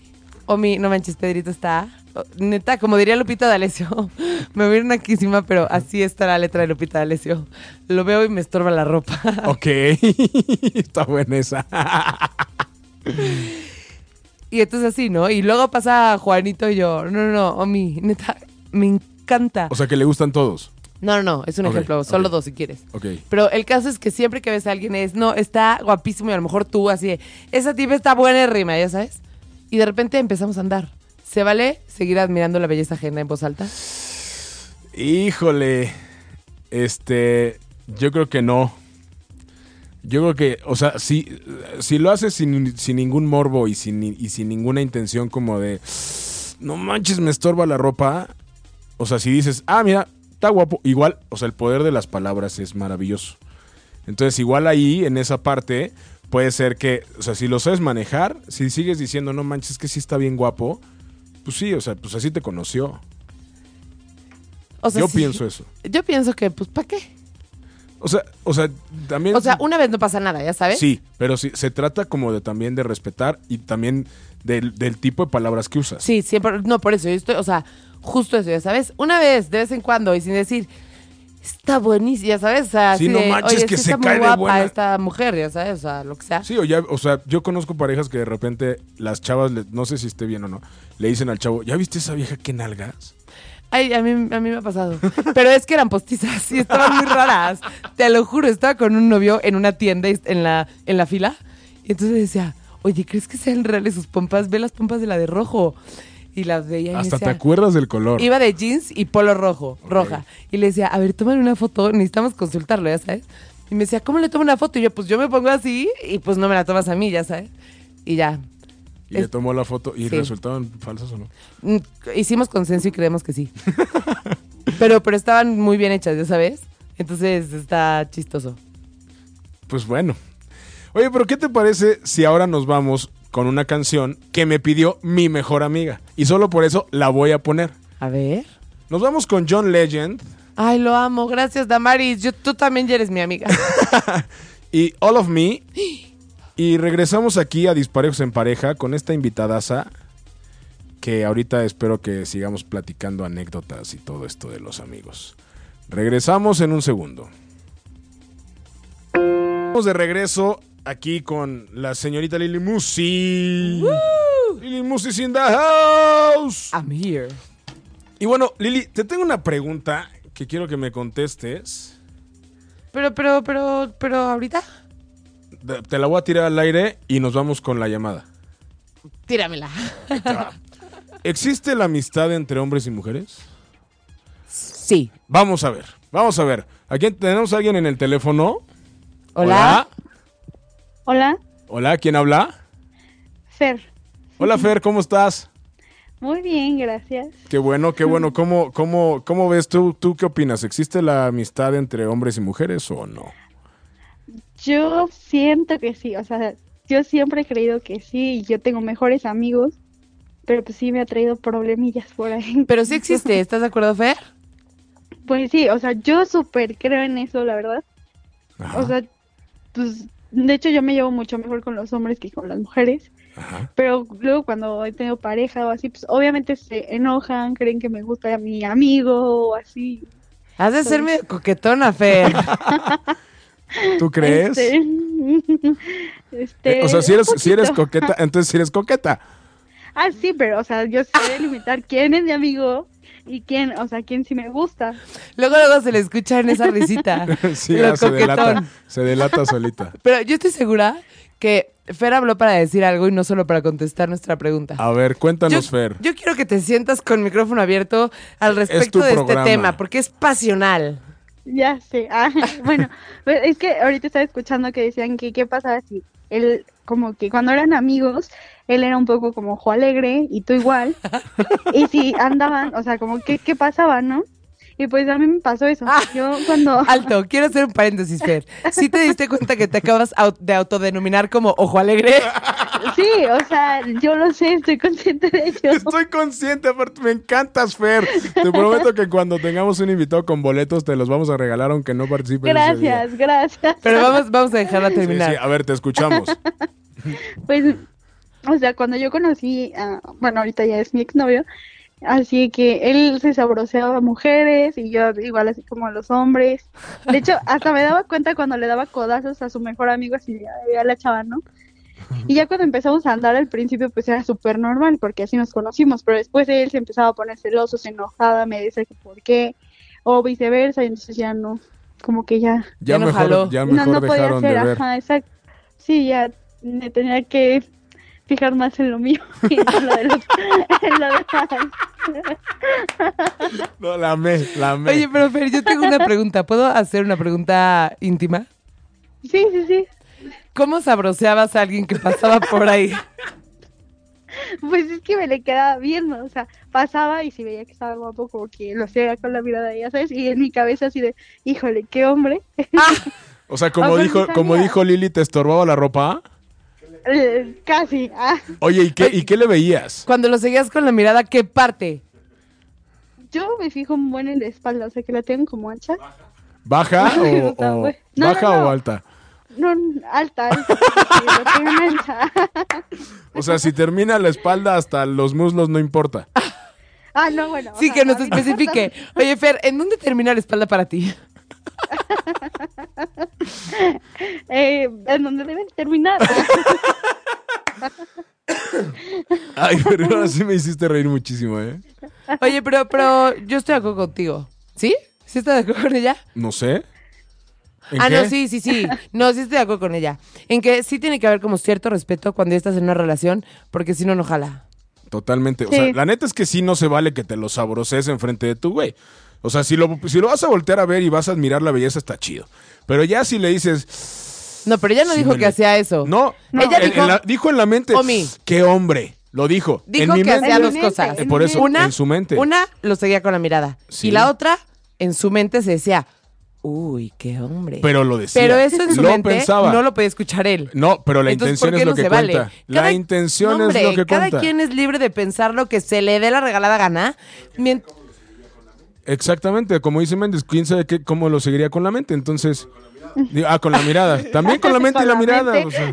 C: Omi, no manches, Pedrito está. o- Neta, como diría Lupita D'Alessio, <laughs> me voy a ir naquísima, pero así está la letra de Lupita D'Alessio. Lo veo y me estorba la ropa. <laughs>
B: Ok, <laughs> está buena esa.
C: Y entonces así, ¿no? Y luego pasa Juanito y yo, no, no, no, Omi, neta, me encanta.
B: O sea, que le gustan todos.
C: No, no, no, es un
B: Ok,
C: ejemplo, solo
B: ok.
C: dos si quieres.
B: Ok.
C: Pero el caso es que siempre que ves a alguien es, no, está guapísimo y a lo mejor tú así, de, esa tipa está buena rima, ya sabes. Y de repente empezamos a andar. ¿Se vale seguir admirando la belleza ajena en voz alta?
B: Híjole. Este, yo creo que no. Yo creo que, o sea, si, si lo haces sin, sin ningún morbo y sin, y sin ninguna intención como de, no manches, me estorba la ropa. O sea, si dices, ah, mira, está guapo. Igual, o sea, el poder de las palabras es maravilloso. Entonces, igual ahí, en esa parte, puede ser que, o sea, si lo sabes manejar, si sigues diciendo, no manches, es que sí está bien guapo, pues sí, o sea, pues así te conoció.
C: O sea,
B: Yo
C: sí.
B: pienso eso.
C: Yo pienso que, pues, ¿para qué?
B: O sea, o sea, también.
C: O sea, una vez no pasa nada, ya sabes.
B: Sí, pero sí, se trata como de también de respetar y también del, del tipo de palabras que usas.
C: Sí, siempre. No, por eso yo estoy, o sea, justo eso, ya sabes. Una vez, de vez en cuando, y sin decir, está buenísimo, ya sabes. O sea,
B: Sí,
C: así
B: no
C: de,
B: manches,
C: "Oye,
B: que
C: sí
B: se
C: está muy
B: cae de
C: guapa
B: buena".
C: esta mujer, ya sabes, o sea, lo que sea.
B: Sí, o, ya, o sea, yo conozco parejas que de repente las chavas, le- no sé si esté bien o no, le dicen al chavo, ¿ya viste esa vieja que nalgas?
C: Ay, a mí, a mí me ha pasado. Pero es que eran postizas y estaban muy raras. Te lo juro, estaba con un novio en una tienda y- en la, en la fila. Y entonces decía, oye, ¿crees que sean reales sus pompas? Ve las pompas de la de rojo. Y las veía y me
B: Hasta te
C: decía-
B: acuerdas del color.
C: Iba de jeans y polo rojo, roja. Y le decía, a ver, tómale una foto, necesitamos consultarlo, ya sabes. Y me decía, ¿cómo le tomo una foto? Y yo, pues yo me pongo así y pues no me la tomas a mí, ya sabes. Y ya.
B: y le tomó la foto y
C: Sí.
B: resultaban falsas o no.
C: Mm, Hicimos consenso y creemos que sí. <laughs> pero, pero estaban muy bien hechas, ya sabes. Entonces está chistoso.
B: Pues bueno. Oye, pero ¿qué te parece si ahora nos vamos con una canción que me pidió mi mejor amiga? Y solo por eso la voy a poner.
C: A ver.
B: Nos vamos con John Legend
C: Ay, lo amo. Gracias, Damaris. Yo, tú también ya eres mi amiga.
B: y All of Me. Y regresamos aquí a Disparejos en Pareja con esta invitadaza que ahorita espero que sigamos platicando anécdotas y todo esto de los amigos. Regresamos en un segundo. Estamos de regreso aquí con la señorita Lili Musi. Lili Musi sin the house.
C: <laughs> I'm here.
B: Y bueno, Lili, te tengo una pregunta que quiero que me contestes.
C: Pero, pero, pero, pero ahorita.
B: Te- Te la voy a tirar al aire y nos vamos con la llamada.
C: Tíramela.
B: ¿Existe la amistad entre hombres y mujeres?
C: Sí.
B: Vamos a ver, vamos a ver. ¿A quién tenemos a alguien en el teléfono?
C: Hola.
D: Hola,
B: Hola, ¿quién habla?
D: Fer.
B: Hola Fer, ¿cómo estás?
D: Muy bien, gracias.
B: Qué bueno, qué bueno. ¿Cómo, cómo, cómo ves tú? ¿Tú qué opinas? ¿Existe la amistad entre hombres y mujeres o no?
D: Yo siento que sí, o sea, yo siempre he creído que sí y yo tengo mejores amigos, pero pues sí me ha traído problemillas por ahí.
C: Pero sí existe, ¿estás de acuerdo, Fer?
D: <laughs> Pues sí, o sea, yo súper creo en eso, la verdad.
B: Ajá,
D: O sea, pues de hecho yo me llevo mucho mejor con los hombres que con las mujeres,
B: ajá.
D: pero luego cuando he tenido pareja o así, pues obviamente se enojan, creen que me gusta mi amigo o así.
C: Has de ser medio coquetona, <laughs> Fer.
B: ¿Tú crees?
D: Este, <laughs>
B: Eh,
D: este,
B: o sea, si
D: un
B: eres, si eres
D: poquito.
B: coqueta, entonces si eres coqueta. <laughs>
D: Ah, sí, pero, o sea, yo sé
B: Ah.
D: limitar quién es mi amigo y quién, o sea, quién sí me gusta.
C: Luego, luego se le escucha en esa risita.
B: <laughs> Sí,
C: Lo
B: ah, se delata,
C: coquetón.
B: se delata solita.
C: Pero yo estoy segura que Fer habló para decir algo y no solo para contestar nuestra pregunta.
B: A ver,
C: yo,
B: cuéntanos, Fer.
C: yo quiero que te sientas con micrófono abierto al
B: tu
C: respecto de este
B: programa.
C: tema, porque es pasional.
D: Ya sé. <laughs> Ah, bueno, pues, es que ahorita estaba escuchando que decían que qué pasaba si él, como que cuando eran amigos, él era un poco como ojo alegre y tú
B: <laughs>
D: igual. Y si andaban, o sea, como que qué pasaba, ¿no? Y pues a mí me pasó eso.
C: Ah.
D: Yo
B: <laughs>
D: cuando...
C: Alto, quiero hacer un paréntesis, Fer. ¿Sí te diste cuenta que te acabas au- de autodenominar como ojo alegre?
D: Sí, o sea, yo lo sé, estoy consciente de ello.
B: Estoy consciente, aparte, me encantas, Fer. Te prometo que cuando tengamos un invitado con boletos, te los vamos a regalar, aunque no participes. ese día.
D: Gracias, gracias.
C: Pero vamos, vamos a dejarla
B: Sí, sí,
C: terminar.
B: a ver, te
D: <laughs>
B: escuchamos.
D: Pues, o sea, cuando yo conocí, a, bueno, ahorita ya es mi exnovio, así que él se sabroseaba a mujeres y yo igual así como a los hombres. De hecho, hasta me daba cuenta cuando le daba codazos a su mejor amigo, así a la chava, ¿no? Y ya cuando empezamos a andar al principio, pues era súper normal, porque así nos conocimos, pero después él se empezaba a poner celoso, se enojaba, me decía que por qué, o viceversa, y entonces ya no, como que ya
B: Ya
C: Ya no
B: mejor,
C: jaló.
B: ya
D: no,
B: mejor
D: no podía
B: dejaron
D: hacer,
B: de ver.
D: ajá, exacto. Sí, ya me tenía que fijar más en lo mío <laughs> y en lo de los, en lo demás.
B: No, la amé, la amé.
C: Oye, pero Fer, yo tengo una pregunta. ¿Puedo hacer una pregunta íntima?
D: Sí, sí, sí.
C: ¿Cómo sabroseabas a alguien que pasaba por ahí?
D: Pues es que me le quedaba viendo, o sea, pasaba y si veía que estaba guapo, como que lo hacía con la mirada, ya sabes, y en mi cabeza así de, híjole, qué hombre.
B: o sea, como
D: o sea,
B: dijo,
D: no
B: como
D: sabía.
B: dijo Lili, te estorbaba la ropa.
D: Eh, Casi, ah.
B: Oye, ¿y qué, ¿y qué le veías?
C: Cuando lo seguías con la mirada, ¿qué parte?
D: Yo me fijo un buen en la espalda, o sea, que la tengo como ancha.
B: ¿Baja
D: <laughs>
B: o,
D: Puta,
B: o-
D: güey. No, no,
B: baja
D: no.
B: o alta?
D: No, alta, alta, porque la tengo ancha. <laughs>
B: O sea, si termina la espalda hasta los muslos, no importa.
D: Ah, no, bueno. o
C: Sí,
D: sea,
C: que nos
D: a mí no me importa.
C: especifique. Oye, Fer, ¿en dónde termina la espalda para ti?
D: <laughs> Eh, en donde deben terminar.
B: Ay, pero ahora sí me hiciste reír muchísimo, ¿eh?
C: Oye, pero, pero yo estoy de acuerdo contigo. ¿Sí? ¿Sí estás de acuerdo con ella?
B: No sé. ¿En
C: Ah, no,
B: qué?
C: sí, sí, sí. No, sí estoy de acuerdo con ella. En que sí tiene que haber como cierto respeto cuando ya estás en una relación, porque si no, no jala.
B: Totalmente. O
D: Sí.
B: sea, la neta es que sí no se vale que te lo sabrosees enfrente de tu güey. O sea, si lo, si lo vas a voltear a ver y vas a admirar la belleza, está chido. Pero ya si le dices,
C: No, pero ella no
B: Sí,
C: dijo
B: me
C: que
B: lo-
C: hacía eso.
B: no,
D: No.
C: Ella
B: en- en
C: dijo-
B: la- dijo en la mente,
C: Omi.
B: qué hombre, lo dijo. en
C: Dijo
B: mi
C: que
B: mente, Eh,
C: hacía
D: En mi
C: dos
D: mente,
C: cosas.
D: en
B: Por
D: mi
B: eso,
D: mente.
C: una,
B: en su mente.
C: Una lo seguía con la mirada.
B: Sí.
C: Y la otra, en su mente se decía, uy, qué hombre.
B: pero lo decía.
C: Pero eso en su
B: lo
C: mente
B: pensaba.
C: no lo podía escuchar él.
B: No, pero la
C: Entonces,
B: intención
C: ¿por qué
B: es lo
C: no
B: que
C: se
B: cuenta.
C: vale?
B: La
C: Cada-
B: intención
C: No,
B: es lo que
C: hombre,
B: cuenta.
C: Cada quien es libre de pensar lo que se le dé la regalada gana. Mien-
B: Exactamente, como dice Méndez, quién sabe qué, cómo lo seguiría con la mente, entonces... Digo, Ah, con la
D: <laughs>
B: mirada. También con la mente y
D: Con
B: la
D: la
B: mirada.
D: mente.
B: o sea,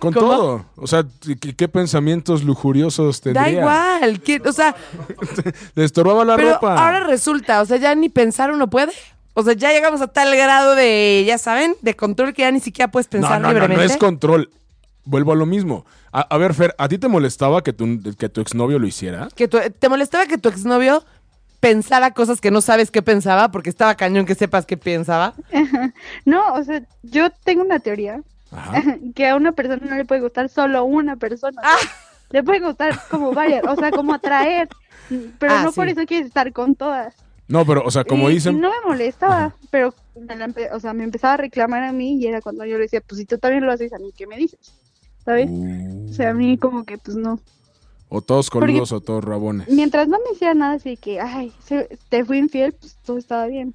B: con
C: ¿Cómo?
B: todo. O sea, ¿qué, qué pensamientos lujuriosos tendría?
C: Da igual. ¿quién- o sea,
B: <laughs> Le estorbaba la
C: pero
B: ropa.
C: ahora resulta, o sea, ya ni pensar uno puede. O sea, ya llegamos a tal grado de, ya saben, de control que ya ni siquiera puedes pensar
B: no, no, no,
C: libremente.
B: no es control. Vuelvo a lo mismo. A, a ver, Fer, ¿a ti te molestaba que tu, que tu exnovio lo hiciera?
C: que tu- ¿Te molestaba que tu exnovio pensara cosas que no sabes qué pensaba? Porque estaba cañón que sepas qué pensaba.
D: No, o sea, yo tengo una teoría <laughs>
B: Ajá.
D: que a una persona no le puede gustar solo una persona.
C: Ah.
D: Le puede gustar como varias, o sea, como atraer. Pero
C: Ah,
D: no
C: sí.
D: por eso quieres estar con todas.
B: No, pero, o sea, como
D: Y- y
B: dicen.
D: no me molestaba, pero me la empe- o sea, me empezaba a reclamar a mí y era cuando yo le decía, pues si tú también lo haces, a mí, ¿qué me dices? ¿Sabes?
B: Uh,
D: O sea, a mí como que, pues no.
B: o todos
D: porque-
B: coludos o todos rabones.
D: Mientras no me hiciera nada así que, ay, se- te fui infiel, pues todo estaba bien.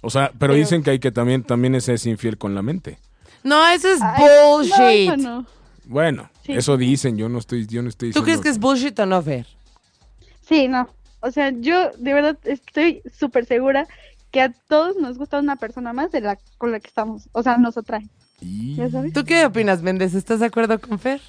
B: O sea, pero dicen que hay que también, también ese es infiel con la mente.
C: No, eso es
D: Ay, no,
C: bullshit.
D: eso no.
B: Bueno,
D: Sí.
B: eso dicen, yo no estoy, yo no estoy
C: ¿Tú
B: diciendo.
C: crees que es bullshit o no, Fer?
D: Sí, no. O sea, yo de verdad estoy súper segura que a todos nos gusta una persona más de la con la que estamos. O sea, nos atrae.
B: Y-
D: ¿Ya sabes?
C: ¿Tú qué opinas, Méndez? ¿Estás de acuerdo con Fer?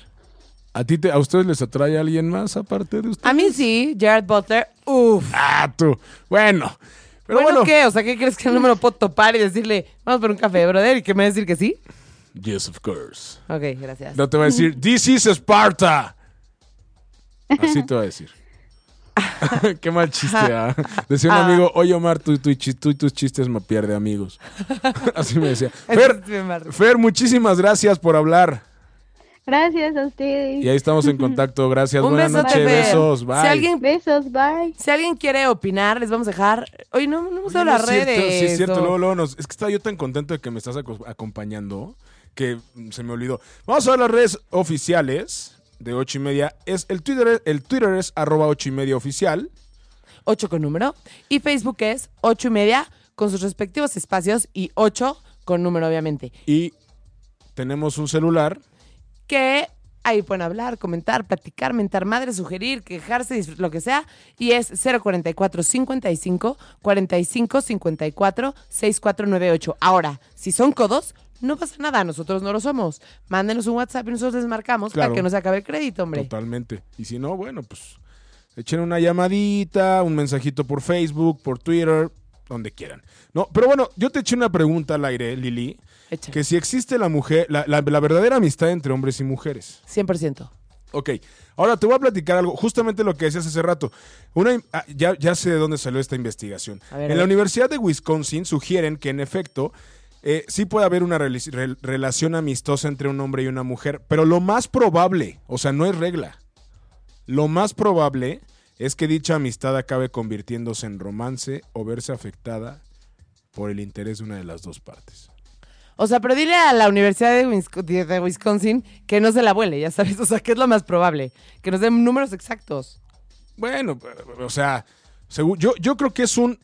B: ¿A ti te, a ustedes les atrae alguien más aparte de ustedes?
C: A mí sí, Jared Butler. Uf.
B: Ah, tú. Bueno. Pero
C: bueno,
B: bueno.
C: ¿qué? O sea, ¿qué crees que no me lo puedo topar y decirle, vamos por un café, brother? ¿Y que me va a decir que sí?
B: Yes, of course.
C: Ok, gracias.
B: No te va a decir, this is Sparta. Así te va a decir. <laughs> Qué mal chiste. ¿ah? Decía un amigo, oye Omar, tú, tú y chis- tú y tus chistes me pierde
C: <laughs>
B: amigos. Así me decía. Fer,
C: Es bien mal.
B: Fer, muchísimas gracias por hablar.
D: Gracias a
B: Y
D: ustedes.
B: ahí estamos en contacto. Gracias.
C: Un
B: Buenas
C: beso
B: noches.
D: Fer.
B: Besos. Bye.
C: Si alguien
D: Besos, bye.
C: Si alguien quiere opinar, les vamos a dejar. Oye, no, no hemos
B: Oye,
C: dado
B: no es
C: Pues las
B: cierto,
C: redes.
B: Sí, es cierto.
C: o-
B: Luego, luego nos- es que estaba yo tan contento de que me estás aco- acompañando que mm, se me olvidó. Vamos a ver las redes oficiales de ocho y media. Es, el, Twitter, es- el Twitter es arroba ocho y media oficial.
C: Ocho con número. Y Facebook es ocho y media con sus respectivos espacios y ocho con número, obviamente.
B: Y tenemos un celular.
C: Que ahí pueden hablar, comentar, platicar, mentar madre, sugerir, quejarse, disfr- lo que sea. Y es 044 55 45 54 6498. Ahora, si son codos, no pasa nada. Nosotros no lo somos. Mándenos un WhatsApp y nosotros les marcamos
B: Claro.
C: para que no se acabe el crédito, hombre.
B: Totalmente. Y si no, bueno, pues echen una llamadita, un mensajito por Facebook, por Twitter, donde quieran. No, pero bueno, yo te eché una pregunta al aire, Lili.
C: Échale.
B: Que si existe la mujer, la- la- la verdadera amistad entre hombres y mujeres.
C: 100%.
B: Ok, ahora te voy a platicar algo, justamente lo que decías hace rato. Una, in- ah, ya, ya sé de dónde salió esta investigación.
C: A ver, a
B: en la
C: ver.
B: Universidad de Wisconsin sugieren que en efecto eh, sí puede haber una reli- rel- relación amistosa entre un hombre y una mujer, pero lo más probable, o sea, no es regla, lo más probable es que dicha amistad acabe convirtiéndose en romance o verse afectada por el interés de una de las dos partes.
C: O sea, pero dile a la Universidad de, Wins- de- de Wisconsin que no se la vuele, ya sabes. <laughs> O sea, que es lo más probable. Que nos den números exactos.
B: Bueno, o sea, según, yo, yo creo que es un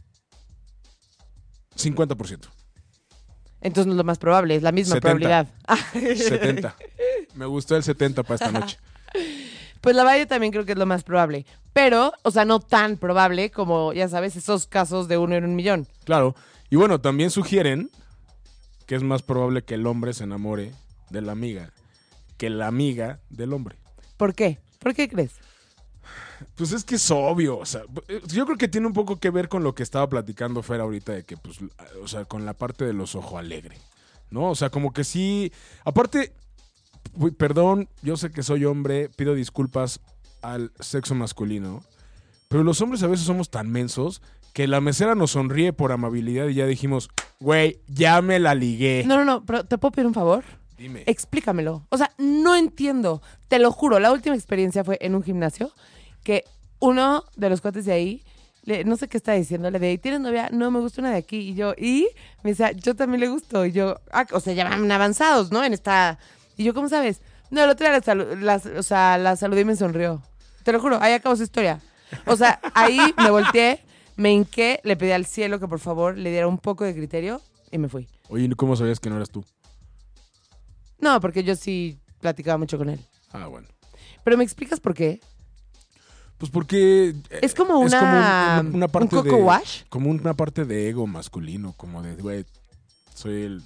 B: 50%.
C: Entonces no es lo más probable, es la misma
B: 70.
C: probabilidad. <laughs> Ah,
B: 70. Me gustó el 70 para esta noche.
C: pues la verdad yo también creo que es lo más probable. Pero, o sea, no tan probable como, ya sabes, esos casos de uno en un millón.
B: Claro. Y bueno, también sugieren que es más probable que el hombre se enamore de la amiga que la amiga del hombre.
C: ¿Por qué? ¿Por qué crees?
B: Pues es que es obvio, o sea, eh, yo creo que tiene un poco que ver con lo que estaba platicando Fer ahorita de que, pues, o sea, con la parte de los ojo alegre, ¿no? O sea, como que sí, aparte, uy, perdón, yo sé que soy hombre, pido disculpas al sexo masculino, pero los hombres a veces somos tan mensos que la mesera nos sonríe por amabilidad y ya dijimos, güey, ya me la ligué.
C: No, no, no, pero ¿te puedo pedir un favor?
B: Dime.
C: Explícamelo. O sea, no entiendo. Te lo juro, la última experiencia fue en un gimnasio que uno de los cuates de ahí, le- no sé qué está diciendo, le de, ¿tienes novia? No, me gusta una de aquí. Y yo, ¿y? Me decía, yo también le gusto. Y yo, ah, o sea, ya van avanzados, ¿no? En esta... Y yo, ¿cómo sabes? No, el otro día la, salu- las- o sea, la saludé y me sonrió. Te lo juro, ahí acabó su historia. O sea, ahí me volteé, me hinqué, le pedí al cielo que por favor le diera un poco de criterio y me fui.
B: Oye, ¿cómo sabías que no eras tú?
C: No, porque yo sí platicaba mucho con él.
B: Ah, bueno.
C: Pero me explicas por qué.
B: Pues porque eh,
C: Es como una-
B: un-
C: un coco
B: de,
C: wash.
B: como una parte de ego masculino, como de güey, soy el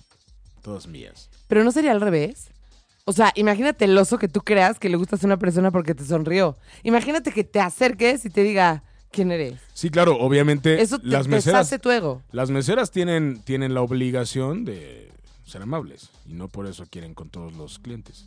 B: todas mías.
C: Pero no sería al revés. O sea, imagínate el oso que tú creas que le gustas a una persona porque te sonrió. Imagínate que te acerques y te diga, quién eres.
B: Sí, claro, obviamente
C: Eso te,
B: Eh, las
C: te
B: meseras
C: deshace tu ego.
B: las meseras tienen tienen la obligación de ser amables y no por eso quieren con todos los clientes.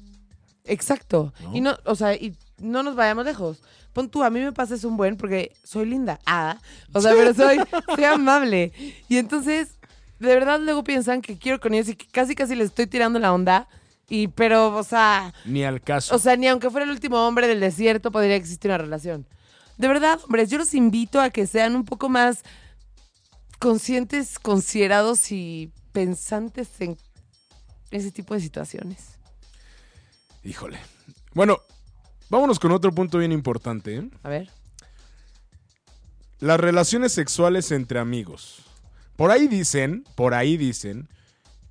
C: Exacto.
B: ¿No?
C: Y no, o sea, y no nos vayamos lejos. Pon tú, a mí me pases un buen porque soy linda. Ah, o sea, pero
B: <laughs>
C: soy, soy amable. Y entonces, de verdad luego piensan que quiero con ellos y que casi casi les estoy tirando la onda. Y pero, o sea,
B: Ni al caso.
C: o sea, ni aunque fuera el último hombre del desierto podría existir una relación. De verdad, hombres, yo los invito a que sean un poco más conscientes, considerados y pensantes en ese tipo de situaciones.
B: Híjole. Bueno, vámonos con otro punto bien importante. ¿eh?
C: A ver.
B: Las relaciones sexuales entre amigos. Por ahí dicen, por ahí dicen,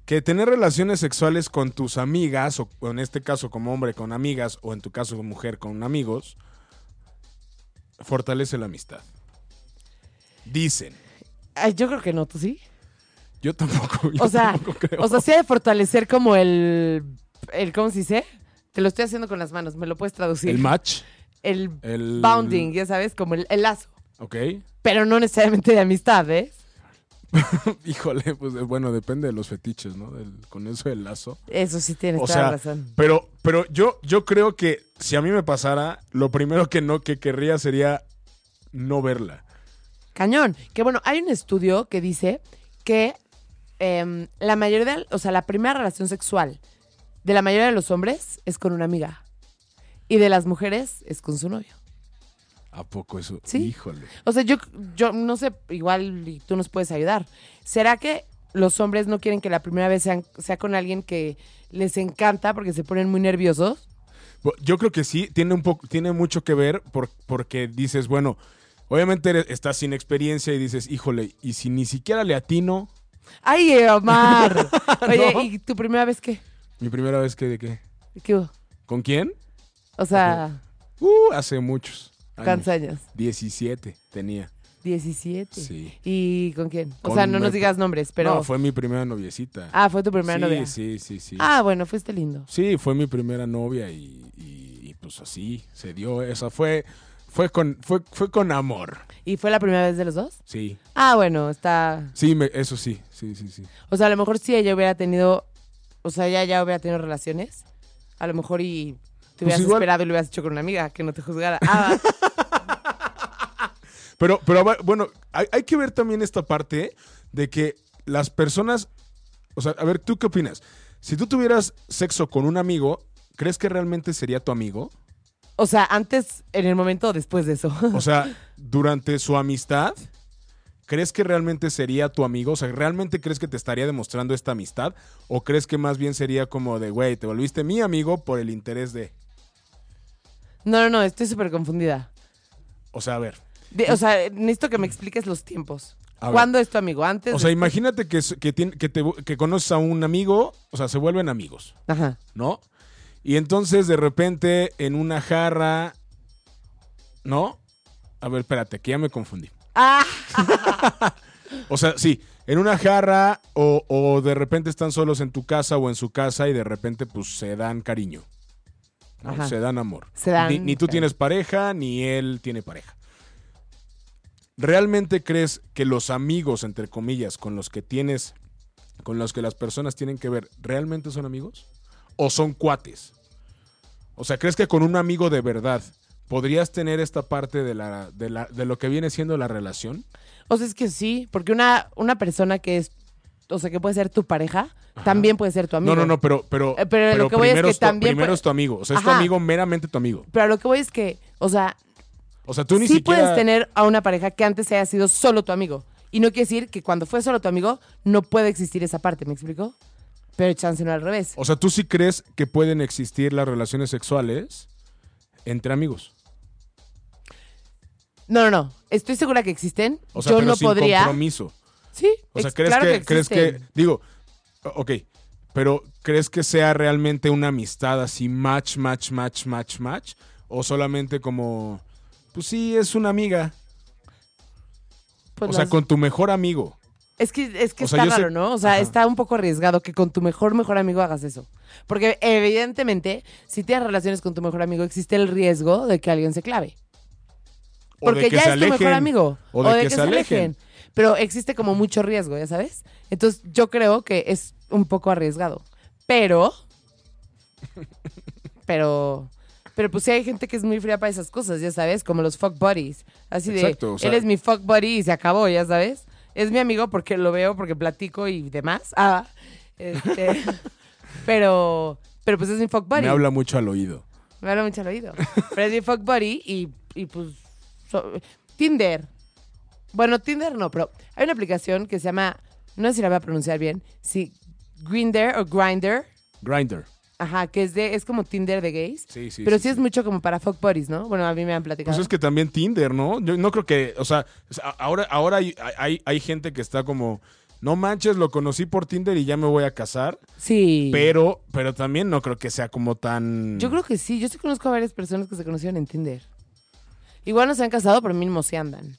B: que tener relaciones sexuales con tus amigas, o en este caso como hombre con amigas, o en tu caso como mujer con amigos, fortalece la amistad. Dicen.
C: Ay, yo creo que no, ¿tú <laughs> sí?
B: Yo tampoco. yo
C: O sea,
B: tampoco creo.
C: o sea, sí ha de fortalecer como el, el ¿cómo se dice? Te lo estoy haciendo con las manos, me lo puedes traducir.
B: el match,
C: El
B: el
C: bounding, ya sabes, como el, el lazo.
B: Ok. <laughs>
C: Pero no necesariamente de amistad, ¿eh?
B: Híjole, pues bueno, depende de los fetiches, ¿no? Del- con eso del lazo.
C: Eso sí tienes
B: O
C: toda la
B: sea,
C: razón.
B: Pero, pero yo, yo creo que si a mí me pasara, lo primero que no que querría sería no verla.
C: Cañón. Que bueno, hay un estudio que dice que em, la mayoría, de- o sea, la primera relación sexual de la mayoría de los hombres es con una amiga. Y de las mujeres es con su novio.
B: ¿A poco eso?
C: Sí.
B: Híjole.
C: O sea, yo, yo no sé, igual y tú nos puedes ayudar. ¿Será que los hombres no quieren que la primera vez sean- sea con alguien que les encanta porque se ponen muy nerviosos?
B: Bu- Yo creo que sí, tiene un poco, tiene mucho que ver por- porque dices, bueno, obviamente eres- estás sin experiencia y dices, híjole, y si ni siquiera le atino,
C: ¡Ay, Omar! Oye,
B: ¿No?
C: ¿y tu primera vez qué?
B: mi primera vez que de qué?
C: ¿Qué hubo?
B: ¿Con quién?
C: O sea,
B: Uh, hace muchos. años.
C: ¿cuántos años?
B: 17 tenía.
C: 17.
B: Sí.
C: ¿Y con quién? O
B: Con
C: sea, no
B: mi-
C: nos digas nombres, pero...
B: No, fue mi primera noviecita.
C: Ah, fue tu primera
B: sí,
C: novia.
B: Sí, sí, sí.
C: Ah, bueno, fuiste lindo.
B: Sí, fue mi primera novia y, y- y, pues así se dio. Esa fue, fue con, fue, fue con amor.
C: ¿Y fue la primera vez de los dos?
B: Sí,
C: Ah, bueno, está...
B: sí, me- eso sí, sí, sí, sí.
C: O sea, a lo mejor si ella hubiera tenido, o sea, ella ya hubiera tenido relaciones, a lo mejor y te
B: Pues
C: hubieras
B: igual-
C: esperado y lo hubieras hecho con una amiga que no te juzgara. Ah, <laughs>
B: Pero, pero a ver, bueno, hay, hay que ver también esta parte de que las personas, o sea, a ver, ¿tú qué opinas? Si tú tuvieras sexo con un amigo, ¿crees que realmente sería tu amigo?
C: o sea, antes, en el momento o después de eso. <laughs>
B: O sea, durante su amistad, ¿crees que realmente sería tu amigo? O sea, ¿realmente crees que te estaría demostrando esta amistad? ¿O crees que más bien sería como de, güey, te volviste mi amigo por el interés de...
C: No, no, no, estoy súper confundida.
B: O sea, a ver.
C: De- o sea, necesito que me expliques los tiempos.
B: A ver.
C: ¿Cuándo es tu amigo? ¿Antes?
B: O sea,
C: de-
B: imagínate que, es- que, tien- que, te, que conoces a un amigo, o sea, se vuelven amigos,
C: Ajá.
B: ¿no? Y entonces de repente en una jarra... ¿No? A ver, espérate, que ya me confundí.
C: Ah,
B: O sea, sí, en una jarra o, o de repente están solos en tu casa o en su casa y de repente pues se dan cariño. ¿no?
C: Ajá.
B: Se dan amor.
C: Se dan-
B: ni, ni tú tienes pareja, ni él tiene pareja. ¿Realmente crees que los amigos, entre comillas, con los que tienes, con los que las personas tienen que ver, realmente son amigos? ¿O son cuates? O sea, ¿crees que con un amigo de verdad podrías tener esta parte de, la, de, la, de lo que viene siendo la relación?
C: o sea, es que sí, porque una, una persona que es, o sea, que puede ser tu pareja, también puede ser tu amigo.
B: No, no, no, pero, pero,
C: Eh, pero lo que voy es
B: primero,
C: que
B: tu,
C: también
B: primero
C: puede-
B: es tu amigo. O sea, es tu
C: Ajá.
B: amigo meramente tu amigo.
C: Pero a lo que voy es que, o sea,
B: O sea, tú ni
C: sí
B: siquiera.
C: puedes tener a una pareja que antes haya sido solo tu amigo. Y no quiere decir que cuando fue solo tu amigo no puede existir esa parte, ¿me explico? Pero chance no al revés.
B: O sea, tú sí crees que pueden existir las relaciones sexuales entre amigos.
C: No, no, no. Estoy segura que existen.
B: O sea,
C: Yo
B: pero
C: no
B: sin
C: podría.
B: compromiso.
C: Sí,
B: O sea,
C: ex-
B: ¿crees,
C: claro
B: que, crees que.
C: existen.
B: Digo, o- ok, pero ¿crees que sea realmente una amistad así, match, match, match, match, match? ¿O solamente como. Pues sí, es una amiga.
C: Pues
B: o sea,
C: las-
B: con tu mejor amigo.
C: Es que, es que
B: o sea, yo
C: está
B: sé-
C: raro, ¿no? O sea,
B: Ajá.
C: está un poco arriesgado que con tu mejor, mejor amigo hagas eso. Porque evidentemente, si tienes relaciones con tu mejor amigo, existe el riesgo de que alguien se clave.
B: O
C: Porque
B: de que
C: ya
B: se
C: es tu mejor
B: alejen,
C: amigo.
B: O de, que, se alejen.
C: Pero existe como mucho riesgo, ya sabes. Entonces yo creo que es un poco arriesgado. Pero. Pero. Pero pues sí hay gente que es muy fría para esas cosas, ya sabes, como los fuck buddies. Así de,
B: Exacto, o sea-
C: él es mi fuck buddy y se acabó, ya sabes. Es mi amigo porque lo veo, porque platico y demás. Ah, este, <laughs> pero, pero pues es mi fuck buddy.
B: Me habla mucho al oído.
C: Me habla mucho al oído. Pero es mi fuck buddy y, y pues. so- Tinder. Bueno, Tinder no, pero hay una aplicación que se llama. No sé si la voy a pronunciar bien. Sí, Grinder o Grinder.
B: Grinder.
C: Ajá, que es de es como Tinder de gays.
B: Sí, sí,
C: Pero
B: sí,
C: sí, es mucho como para fuck buddies, ¿no? Bueno, a mí me han platicado.
B: Pues es que también Tinder, ¿no? Yo no creo que, o sea, es- a- ahora, ahora hay, hay, hay gente que está como, no manches, lo conocí por Tinder y ya me voy a casar,
C: sí.
B: pero, pero también no creo que sea como tan...
C: Yo creo que sí. Yo sí conozco a varias personas que se conocieron en Tinder. Igual no se han casado, pero mínimo se andan.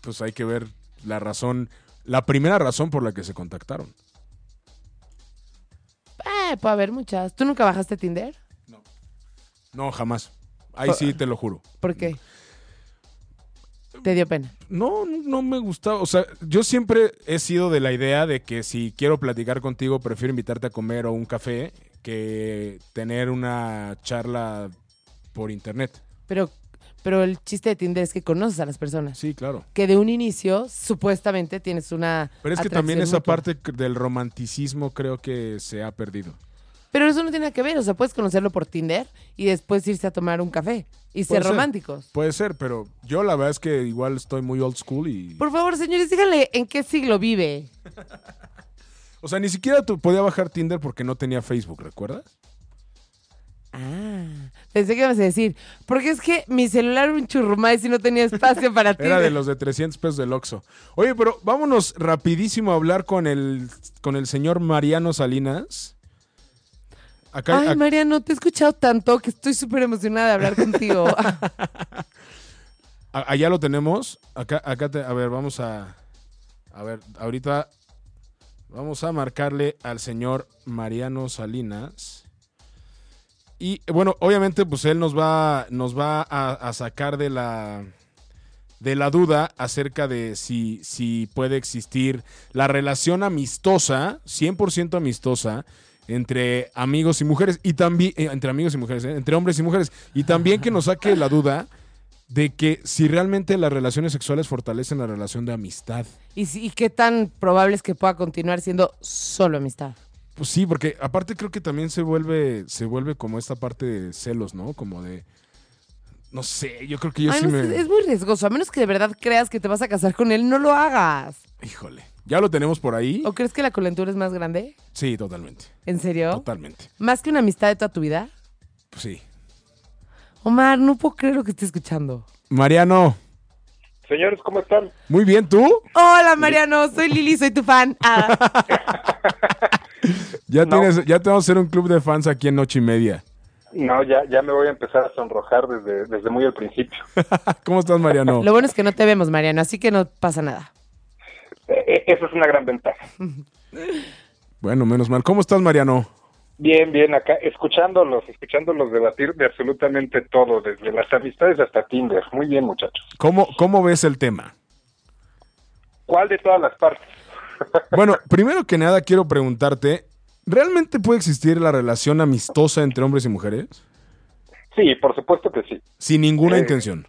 B: Pues hay que ver la razón, la primera razón por la que se contactaron.
C: Eh, puede haber muchas. ¿Tú nunca bajaste Tinder?
B: No, jamás. Ahí sí, te lo juro.
C: ¿Por qué? Te dio pena.
B: No, no me gustaba. O sea, yo siempre he sido de la idea de que si quiero platicar contigo, prefiero invitarte a comer o un café que tener una charla por internet.
C: Pero, pero el chiste de Tinder es que conoces a las personas.
B: Sí, claro.
C: Que de un inicio, supuestamente, tienes una.
B: Pero es que también esa
C: atracción mutua.
B: parte c- del romanticismo creo que se ha perdido.
C: Pero eso no tiene nada que ver. O sea, puedes conocerlo por Tinder y después irse a tomar un café
B: Puede
C: y ser
B: ser.
C: románticos.
B: Puede ser, pero yo la verdad es que igual estoy muy old school y...
C: Por favor, señores, díganle en qué siglo vive.
B: O sea, ni siquiera tú podía bajar Tinder porque no tenía Facebook, ¿recuerdas?
C: Ah, pensé que ibas a decir. Porque es que mi celular era un churrumay si no tenía espacio para
B: <laughs>
C: Tinder.
B: Era de los de 300 pesos del Oxxo. Oye, pero vámonos rapidísimo a hablar con el, con el señor Mariano Salinas. Acá,
C: Ay,
B: ac-
C: Mariano, te he escuchado tanto que estoy súper emocionada de
B: <laughs>
C: hablar contigo.
B: a- allá lo tenemos. Acá, acá te- a ver, vamos a... A ver, ahorita vamos a marcarle al señor Mariano Salinas. Y bueno, obviamente pues él nos va, nos va a, a sacar de la, de la duda acerca de si, si puede existir la relación amistosa, 100% amistosa, entre amigos y mujeres, y también, eh, entre amigos y mujeres, eh, entre hombres y mujeres, y también que nos saque la duda de que si realmente las relaciones sexuales fortalecen la relación de amistad.
C: ¿Y, si- y qué tan probable es que pueda continuar siendo solo amistad?
B: Pues sí, porque aparte creo que también se vuelve, se vuelve como esta parte de celos, ¿no? Como de. No sé, yo creo que yo
C: Ay,
B: sí
C: Ah, no,
B: me.
C: es, es muy riesgoso. A menos que de verdad creas que te vas a casar con él, no lo hagas.
B: Híjole. ¿Ya lo tenemos por ahí?
C: ¿O crees que la colentura es más grande?
B: Sí, totalmente.
C: ¿En serio?
B: Totalmente.
C: ¿Más que una amistad de toda tu vida?
B: Pues sí.
C: Omar, no puedo creer lo que estoy escuchando.
B: Mariano,
E: Señores, ¿cómo están?
B: muy bien, ¿tú?
C: Hola, Mariano, soy Lili, soy tu fan. Ah.
B: Ya,
E: No.
B: tienes, ya te vamos a hacer un club de fans aquí en Noche y Media. <laughs>
E: No, ya, ya me voy a empezar a sonrojar desde, desde muy al principio.
B: ¿Cómo estás, Mariano?
C: <laughs> Lo bueno es que no te vemos, Mariano, así que no pasa nada.
E: Eh, eh, Eso es una gran ventaja.
B: Bueno, menos mal. ¿Cómo estás, Mariano?
E: Bien, bien, acá, escuchándolos, escuchándolos debatir de absolutamente todo, desde las amistades hasta Tinder. Muy bien, muchachos.
B: ¿Cómo, cómo ves el tema?
E: ¿Cuál de todas las partes?
B: Bueno, primero que nada quiero preguntarte, ¿realmente puede existir la relación amistosa entre hombres y mujeres?
E: Sí, por supuesto que sí.
B: Sin ninguna
E: Eh,
B: intención.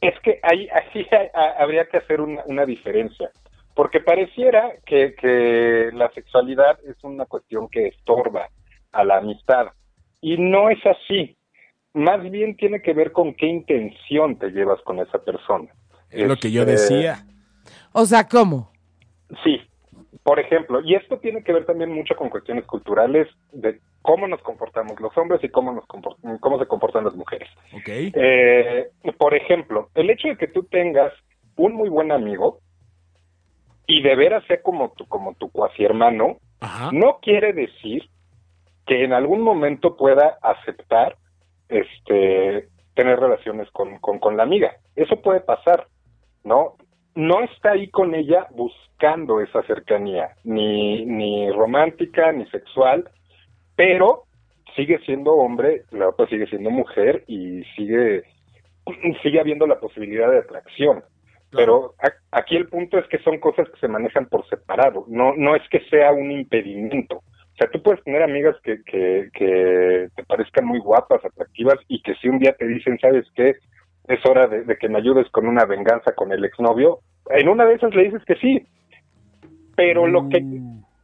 E: Es que ahí, ahí ha- ha- habría que hacer una, una diferencia, porque pareciera que, que la sexualidad es una cuestión que estorba a la amistad, y no es así. Más bien tiene que ver con qué intención te llevas con esa persona.
B: Es lo que yo
E: Este,
B: decía.
C: O sea, ¿cómo?
E: Sí, por ejemplo, y esto tiene que ver también mucho con cuestiones culturales de cómo nos comportamos los hombres y cómo, nos compor- cómo se comportan las mujeres.
B: Ok.
E: Eh, por ejemplo, el hecho de que tú tengas un muy buen amigo y de veras sea como tu, como tu cuasi hermano,
B: Ajá.
E: no quiere decir que en algún momento pueda aceptar este tener relaciones con, con, con la amiga. Eso puede pasar, ¿no? No está ahí con ella buscando esa cercanía, ni, ni romántica, ni sexual, pero sigue <clears throat> siendo hombre, la otra sigue siendo mujer y sigue sigue habiendo la posibilidad de atracción. Pero a- aquí el punto es que son cosas que se manejan por separado, no, no es que sea un impedimento. O sea, tú puedes tener amigas que, que, que te parezcan muy guapas, atractivas, y que si un día te dicen, ¿sabes qué? Es hora de, de que me ayudes con una venganza con el exnovio. En una de esas le dices que sí, pero lo que,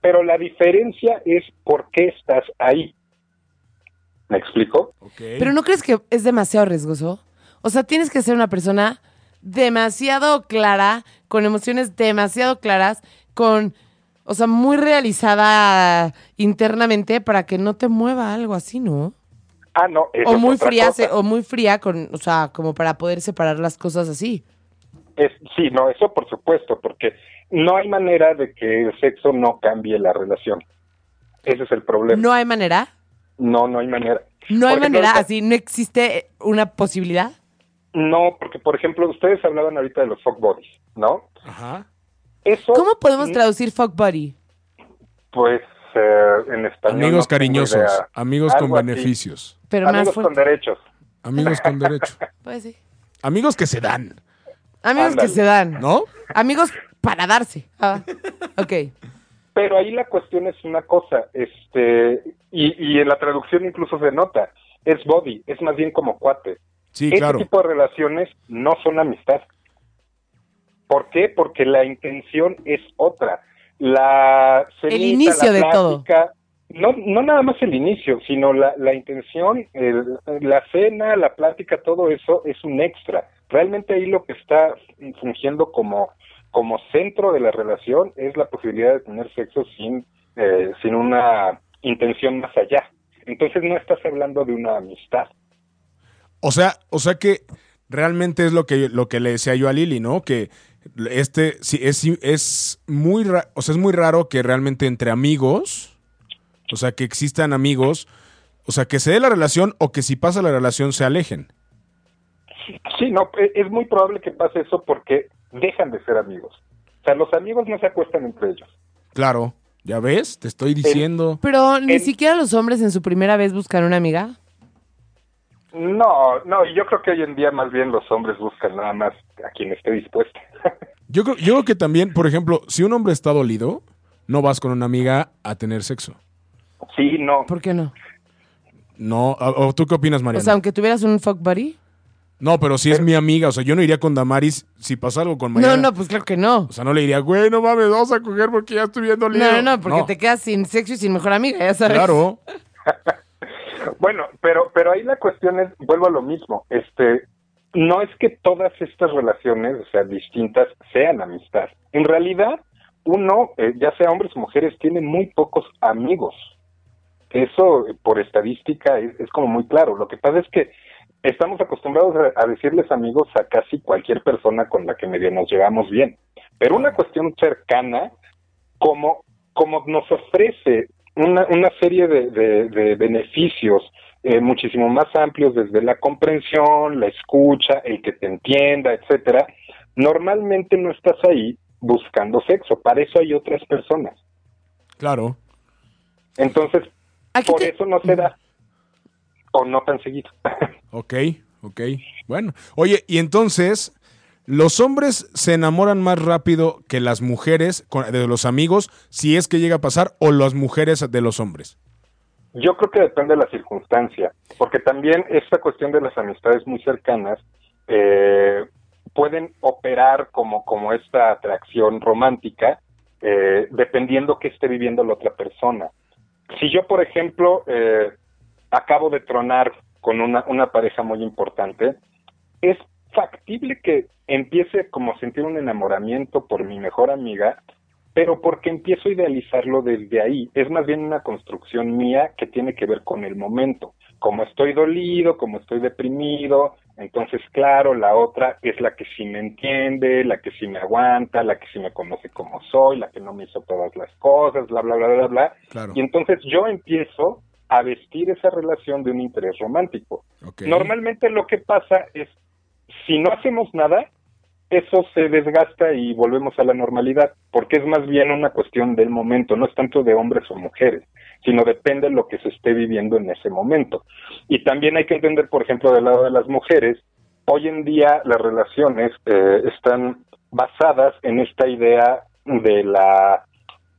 E: pero la diferencia es por qué estás ahí. ¿Me explico?
B: Ok.
C: Pero ¿no crees que es demasiado riesgoso? O sea, tienes que ser una persona demasiado clara, con emociones demasiado claras, con, o sea, muy realizada internamente para que no te mueva algo así, ¿no?
E: Ah, no. eso
C: O
E: es
C: muy
E: otra
C: fría,
E: cosa.
C: se- o muy fría, con, o sea, como para poder separar las cosas así.
E: Es, sí, no, eso por supuesto, porque no hay manera de que el sexo no cambie la relación. Ese es el problema.
C: No hay manera,
E: No, no, hay manera.
C: no hay
E: Por ejemplo,
C: manera,
E: ahorita-
C: así no existe una posibilidad.
E: No, porque por ejemplo, ustedes hablaban ahorita de los fuckbodies, ¿no?
B: Ajá.
E: Eso.
C: ¿Cómo podemos
E: mm,
C: traducir fuck buddy?
E: Pues eh, en español. no
B: Amigos
E: tengo
B: cariñosos,
E: idea.
B: amigos con
E: Algo así.
B: beneficios,
C: Pero más
E: Amigos con
C: fuerte.
E: derechos.
B: amigos con derecho,
C: Pues sí.
B: amigos que se dan,
C: Amigos
E: Ándale.
C: que se dan.
B: ¿no?
C: Amigos para darse. Ah, <laughs> ok.
E: Pero ahí la cuestión es una cosa, este, y, y en la traducción incluso se nota, es body, es más bien como cuate.
B: Sí,
E: Este
B: claro.
E: tipo de relaciones no son amistad. ¿Por qué? Porque la intención es otra. La cenita,
C: El inicio
E: la
C: de todo.
E: plática, No, no nada más el inicio, sino la, la intención, el- la cena, la plática, todo eso es un extra. Realmente ahí lo que está fungiendo como, como centro de la relación es la posibilidad de tener sexo sin, eh, sin una intención más allá. Entonces no estás hablando de una amistad.
B: O sea, o sea que realmente es lo que, lo que le decía yo a Lili, ¿no? Que este sí, es, es muy ra- o sea, es muy raro que realmente entre amigos, o sea, que existan amigos, o sea, que se dé la relación o que si pasa la relación se alejen.
E: Sí, no, e- es muy probable que pase eso porque dejan de ser amigos. O sea, los amigos no se acuestan entre ellos.
B: Claro, ya ves, te estoy diciendo.
C: Pero ni
E: El-
C: siquiera los hombres en su primera vez buscan una amiga.
E: No, no, y yo creo que hoy en día más bien los hombres buscan nada más a quien esté dispuesta.
B: Yo creo, yo creo que también, por ejemplo, si un hombre está dolido, no vas con una amiga a tener sexo.
E: <laughs> sí, no.
C: ¿Por qué no?
B: No, ¿o tú qué opinas, Mariana?
C: O sea, aunque tuvieras un fuck buddy.
B: no, pero si es mi amiga, o sea, yo no iría con Damaris si pasa algo con Mariana.
C: No, no, pues claro que no.
B: O sea, no le diría, güey, no mames, vamos a coger porque ya estoy viendo lío.
C: No, no, no, porque te quedas sin sexo y sin mejor amiga, ya sabes.
B: Claro.
E: Bueno, pero, pero ahí la cuestión es, vuelvo a lo mismo, este, no es que todas estas relaciones, o sea, distintas, sean amistad. En realidad, uno, eh, ya sea hombres o mujeres, tiene muy pocos amigos. Eso, eh, por estadística, es, es como muy claro. Lo que pasa es que estamos acostumbrados a, a decirles amigos a casi cualquier persona con la que medio nos llevamos bien. Pero una cuestión cercana, como, como nos ofrece una, una serie de, de- de beneficios eh, muchísimo más amplios desde la comprensión, la escucha, el que te entienda, etcétera, normalmente no estás ahí buscando sexo, para eso hay otras personas.
B: Claro.
E: Entonces,
C: Aquí
E: por
C: te-
E: eso no se da, o no tan seguido.
B: Ok, ok. Bueno. Oye, y entonces, ¿los hombres se enamoran más rápido que las mujeres con- de los amigos si es que llega a pasar o las mujeres de los hombres?
E: Yo creo que depende de la circunstancia, porque también esta cuestión de las amistades muy cercanas eh, pueden operar como, como esta atracción romántica, eh, dependiendo que esté viviendo la otra persona. Si yo, por ejemplo, eh, acabo de tronar con una, una pareja muy importante, es factible que empiece como a sentir un enamoramiento por mi mejor amiga, pero porque empiezo a idealizarlo desde ahí. Es más bien una construcción mía que tiene que ver con el momento. Como estoy dolido, como estoy deprimido, entonces claro, la otra es la que sí me entiende, la que sí me aguanta, la que sí me conoce como soy, la que no me hizo todas las cosas, bla, bla, bla, bla, bla.
B: Claro.
E: Y entonces yo empiezo a vestir esa relación de un interés romántico.
B: Ok.
E: Normalmente lo que pasa es, si no hacemos nada, eso se desgasta y volvemos a la normalidad, porque es más bien una cuestión del momento, no es tanto de hombres o mujeres, sino depende de lo que se esté viviendo en ese momento. Y también hay que entender, por ejemplo, del lado de las mujeres, Hoy en día las relaciones eh, están basadas en esta idea de la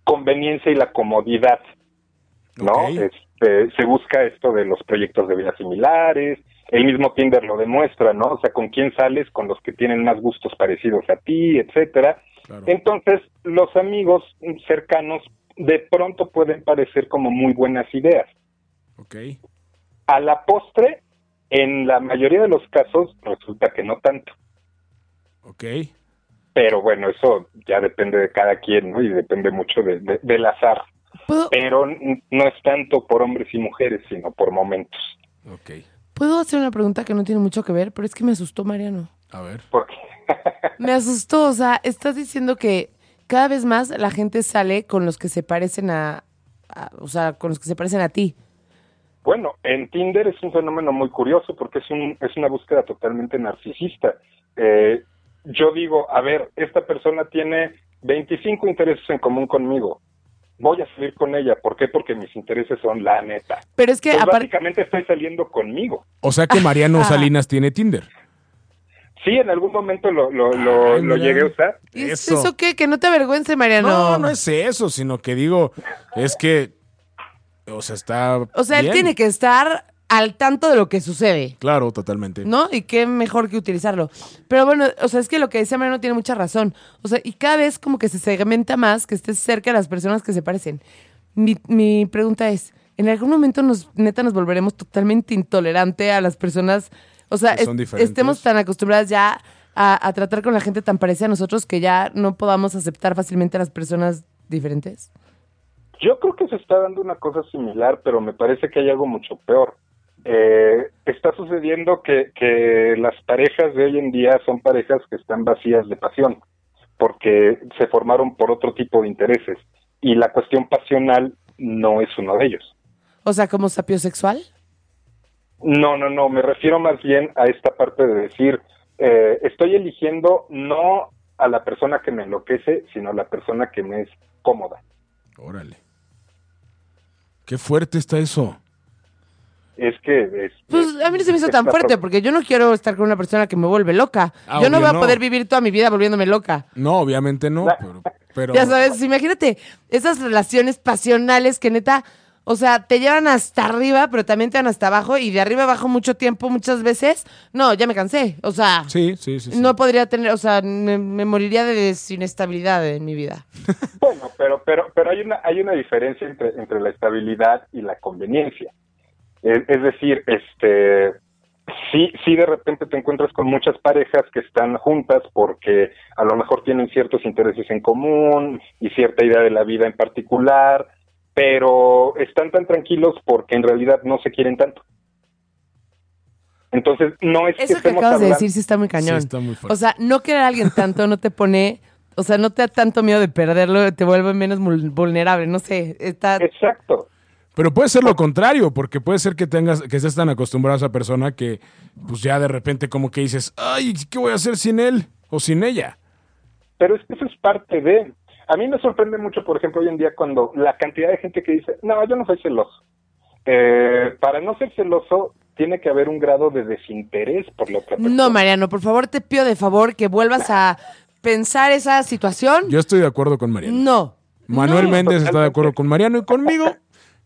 E: conveniencia y la comodidad, ¿no?
B: Ok.
E: Este, se busca esto de los proyectos de vida similares, el mismo Tinder lo demuestra, ¿no? O sea, con quién sales, con los que tienen más gustos parecidos a ti, etcétera.
B: Claro.
E: Entonces, los amigos cercanos de pronto pueden parecer como muy buenas ideas.
B: Ok.
E: A la postre, en la mayoría de los casos, resulta que no tanto.
B: Ok.
E: Pero bueno, eso ya depende de cada quien, ¿no? Y depende mucho de- de- del azar.
C: ¿Puedo,
B: Eh.
E: Pero n- no es tanto por hombres y mujeres, sino por momentos.
B: Ok.
C: ¿Puedo hacer una pregunta que no tiene mucho que ver? Pero es que me asustó, Mariano.
B: A ver.
E: Porque
C: Me asustó, o sea, estás diciendo que cada vez más la gente sale con los que se parecen a, a- o sea, con los que se parecen a ti.
E: Bueno, en Tinder es un fenómeno muy curioso porque es, un, es una búsqueda totalmente narcisista. Eh, yo digo, a ver, esta persona tiene 25 intereses en común conmigo. Voy a salir con ella. ¿Por qué? Porque mis intereses son la neta.
C: Pero es que
E: Pues
C: aparte
E: básicamente estoy saliendo conmigo.
B: O sea que
C: <laughs>
B: Mariano
C: Ajá.
B: Salinas tiene Tinder.
E: Sí, en algún momento lo, lo, lo-
B: Ay,
E: lo
B: mira.
E: llegué a usar.
C: ¿Es
B: Eso.
C: eso qué? Que no te avergüence, Mariano.
B: No, no es eso, sino que digo, es que, o sea, está.
C: O sea, él
B: bien.
C: tiene que estar al tanto de lo que sucede,
B: Claro, totalmente.
C: ¿no? Y qué mejor que utilizarlo. Pero bueno, o sea, es que lo que dice Mariano tiene mucha razón. O sea, y cada vez como que se segmenta más que estés cerca de las personas que se parecen. Mi, mi pregunta es, ¿en algún momento nos, neta nos volveremos totalmente intolerante a las personas? O sea,
B: Que son
C: est-
B: diferentes.
C: estemos tan acostumbradas ya a, a tratar con la gente tan parecida a nosotros que ya no podamos aceptar fácilmente a las personas diferentes.
E: Yo creo que se está dando una cosa similar, pero me parece que hay algo mucho peor. Eh, está sucediendo que, que las parejas de hoy en día son parejas que están vacías de pasión, porque se formaron por otro tipo de intereses y la cuestión pasional no es uno de ellos.
C: O sea, como sapiosexual.
E: No, no, no, me refiero más bien a esta parte de decir, eh, estoy eligiendo no a la persona que me enloquece, sino a la persona que me es cómoda.
B: Órale. Qué fuerte está eso.
E: Es que... es-
C: Pues a mí no se me hizo
E: está
C: tan fuerte
E: pro-
C: porque yo no quiero estar con una persona que me vuelve loca.
B: Ah,
C: yo no
B: obvio
C: voy a
B: no.
C: poder vivir toda mi vida volviéndome loca.
B: No, obviamente no,
E: La-
B: pero. pero-
C: Ya sabes, imagínate esas relaciones pasionales que neta, o sea, te llevan hasta arriba, pero también te van hasta abajo y de arriba abajo mucho tiempo, muchas veces. No, ya me cansé. O sea,
B: Sí, sí, sí. sí.
C: no podría tener, o sea, me, me moriría de desinestabilidad en mi vida.
E: Bueno, pero, pero, pero hay una, hay una diferencia entre, entre la estabilidad y la conveniencia. Es, es decir, este, sí, sí de repente te encuentras con muchas parejas que están juntas porque a lo mejor tienen ciertos intereses en común y cierta idea de la vida en particular, pero están tan tranquilos porque en realidad no se quieren tanto. Entonces, no es
C: Eso que
E: estemos
C: acabas de
E: hablando-
C: decir sí está muy cañón.
B: Sí, está muy fuerte.
C: O sea, no querer a alguien tanto no te pone, o sea, no te da tanto miedo de perderlo, te vuelve menos mul- vulnerable, no sé, está...
E: Exacto.
B: Pero puede ser lo contrario, porque puede ser que tengas, que estés tan acostumbrado a esa persona que, pues ya de repente como que dices, ay, ¿qué voy a hacer sin él o sin ella?
E: Pero es que eso es parte de... A mí me sorprende mucho, por ejemplo, hoy en día cuando la cantidad de gente que dice, no, yo no soy celoso. Eh, para no ser celoso, tiene que haber un grado de desinterés por la otra persona.
C: No, Mariano, por favor te pido de favor que vuelvas a pensar esa situación.
B: Yo estoy de acuerdo con Mariano.
C: No.
B: Manuel
C: no,
B: Méndez está de
E: totalmente.
B: acuerdo con Mariano y conmigo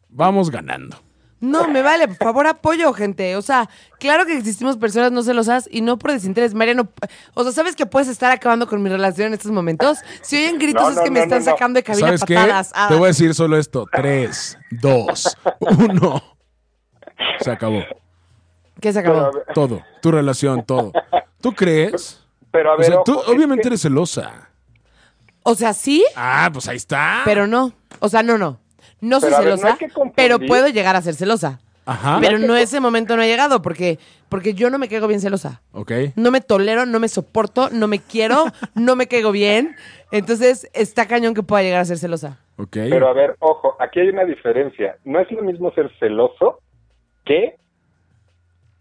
B: vamos ganando.
C: No, me vale, por favor apoyo, gente. O sea, claro que existimos personas no celosas y no por desinterés. Mariano, p- o sea, ¿sabes que puedes estar acabando con mi relación en estos momentos? Si oyen gritos
E: No,
C: es
E: no,
C: que me
E: no,
C: están
E: no, no.
C: sacando de cabina
B: ¿Sabes qué?
C: patadas. ah.
B: Te voy a decir solo esto. Tres, dos, uno. Se acabó.
C: ¿Qué se
E: Pero,
C: acabó?
E: a ver-
B: Todo. Tu relación, todo. ¿Tú crees?
E: pero a
B: O
E: ver,
B: sea, tú
E: ojo, es
B: obviamente
E: que-
B: eres celosa.
C: O sea, sí,
B: Ah, pues ahí está.
C: pero no. O sea, no, no. No soy
E: Pero a ver, no
C: celosa,
E: hay que confundir.
C: pero puedo llegar a ser celosa.
B: Ajá.
C: Pero no ese momento no ha llegado porque, porque yo no me quedo bien celosa.
B: Ok.
C: No me tolero, no me soporto, no me
E: <laughs>
C: quiero, no me caigo bien. Entonces, está cañón que pueda llegar a ser celosa.
B: Ok.
E: Pero a ver, ojo, aquí hay una diferencia. No es lo mismo ser celoso que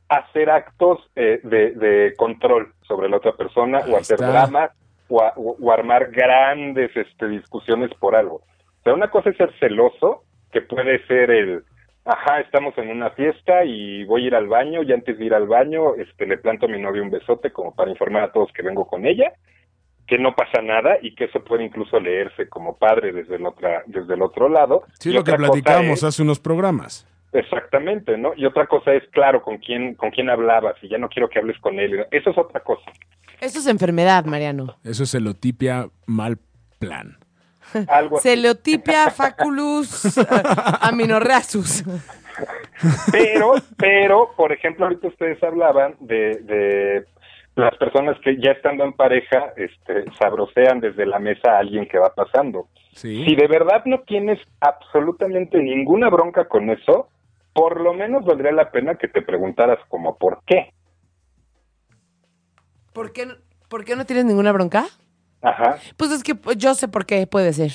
E: hacer actos eh, de, de control sobre la otra persona o hacer
B: está.
E: drama o, a- o- o armar grandes este, discusiones por algo. O sea, una cosa es ser celoso, que puede ser el, ajá, estamos en una fiesta y voy a ir al baño y antes de ir al baño este, le planto a mi novio un besote como para informar a todos que vengo con ella, que no pasa nada y que eso puede incluso leerse como padre desde el, otra, desde el otro lado.
B: Sí,
E: Y
B: lo que
E: otra cosa
B: platicamos ¿eh?
E: es-
B: hace unos programas.
E: Exactamente, ¿no? Y otra cosa es, claro, con quién, con quién hablabas y ya no quiero que hables con él. Eso es otra cosa.
C: Eso es enfermedad, Mariano.
B: Eso es elotipia mal plan.
E: Algo así. <laughs>
C: Celotipia faculus eh, aminorreasus.
E: Pero, pero, por ejemplo, ahorita ustedes hablaban de, de las personas que ya estando en pareja, este, sabrosean desde la mesa a alguien que va pasando.
B: Sí.
E: Si de verdad no tienes absolutamente ninguna bronca con eso, por lo menos valdría la pena que te preguntaras como por qué.
C: ¿Por qué, no- ¿Por qué no tienes ninguna bronca?
E: Ajá,
C: Pues es que pues, yo sé por qué puede ser.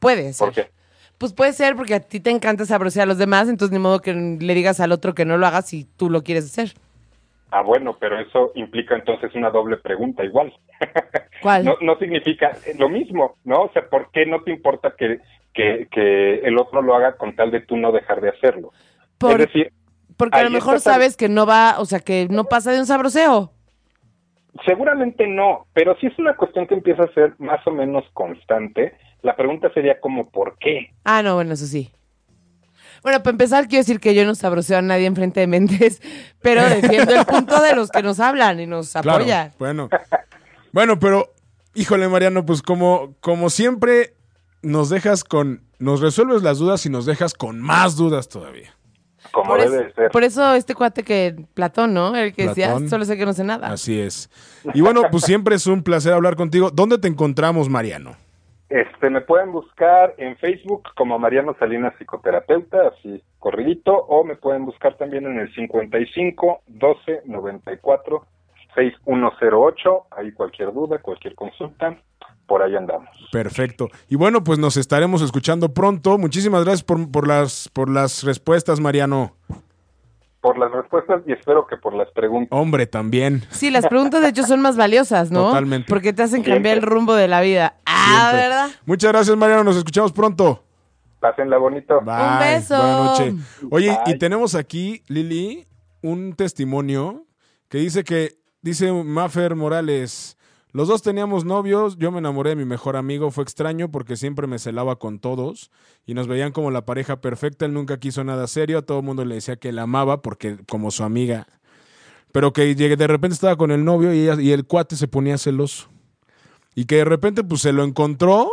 C: Puede ser.
E: ¿por qué?
C: Pues puede ser porque a ti te encanta sabrosear a los demás, entonces ni modo que le digas al otro que no lo hagas si tú lo quieres hacer.
E: Ah, bueno, pero eso implica entonces una doble pregunta igual. <laughs>
C: ¿Cuál?
E: No, no significa eh, lo mismo, ¿no? O sea, ¿por qué no te importa que, que, que el otro lo haga con tal de tú no dejar de hacerlo?
C: Por-
E: es decir,
C: porque a lo
E: ahí
C: mejor
E: está-
C: sabes que no va, o sea, que no pasa de un sabroseo.
E: seguramente no, pero si es una cuestión que empieza a ser más o menos constante, la pregunta sería como ¿por qué?
C: Ah, no, bueno, eso sí. Bueno, para empezar, quiero decir que yo no sabroseo a nadie enfrente de mentes, <laughs> pero defiendo el punto de los que nos hablan y nos
B: Claro,
C: apoyan.
B: bueno. Bueno, pero, híjole, Mariano, pues como, como siempre, nos dejas con. Nos resuelves las dudas y nos dejas con más dudas todavía.
E: Como
C: Por,
E: debe de
C: es-
E: ser.
C: por eso este cuate que, Platón, ¿no? El que decía,
B: Platón.
C: "Ah, solo sé que no sé nada.
B: Así es. Y bueno, pues siempre es un placer hablar contigo. ¿Dónde te encontramos, Mariano?
E: Este, me pueden buscar en Facebook como Mariano Salinas Psicoterapeuta, así corridito, o me pueden buscar también en el 55 12 94 6108. Ahí cualquier duda, cualquier consulta, por ahí andamos.
B: Perfecto. Y bueno, pues nos estaremos escuchando pronto. Muchísimas gracias por, por las, por las respuestas, Mariano.
E: Por las respuestas y espero que por las preguntas.
B: Hombre, también.
C: Sí, las preguntas de hecho son más valiosas, ¿no?
B: Totalmente.
C: Porque te hacen cambiar el rumbo de la vida. Ah,
B: Siempre.
C: ¿verdad?
B: Muchas gracias, Mariano. Nos escuchamos pronto.
E: Pásenla bonito.
B: Bye.
C: Un beso.
B: Buenas noches. <laughs> Oye, y
E: Bye.
B: tenemos aquí, Lili, un testimonio que dice que, dice Maffer Morales, los dos teníamos novios, yo me enamoré de mi mejor amigo, fue extraño porque siempre me celaba con todos y nos veían como la pareja perfecta, él nunca quiso nada serio, a todo el mundo le decía que la amaba porque como su amiga, pero que llegue- de repente estaba con el novio y, ella- y el cuate se ponía celoso y que de repente pues se lo encontró.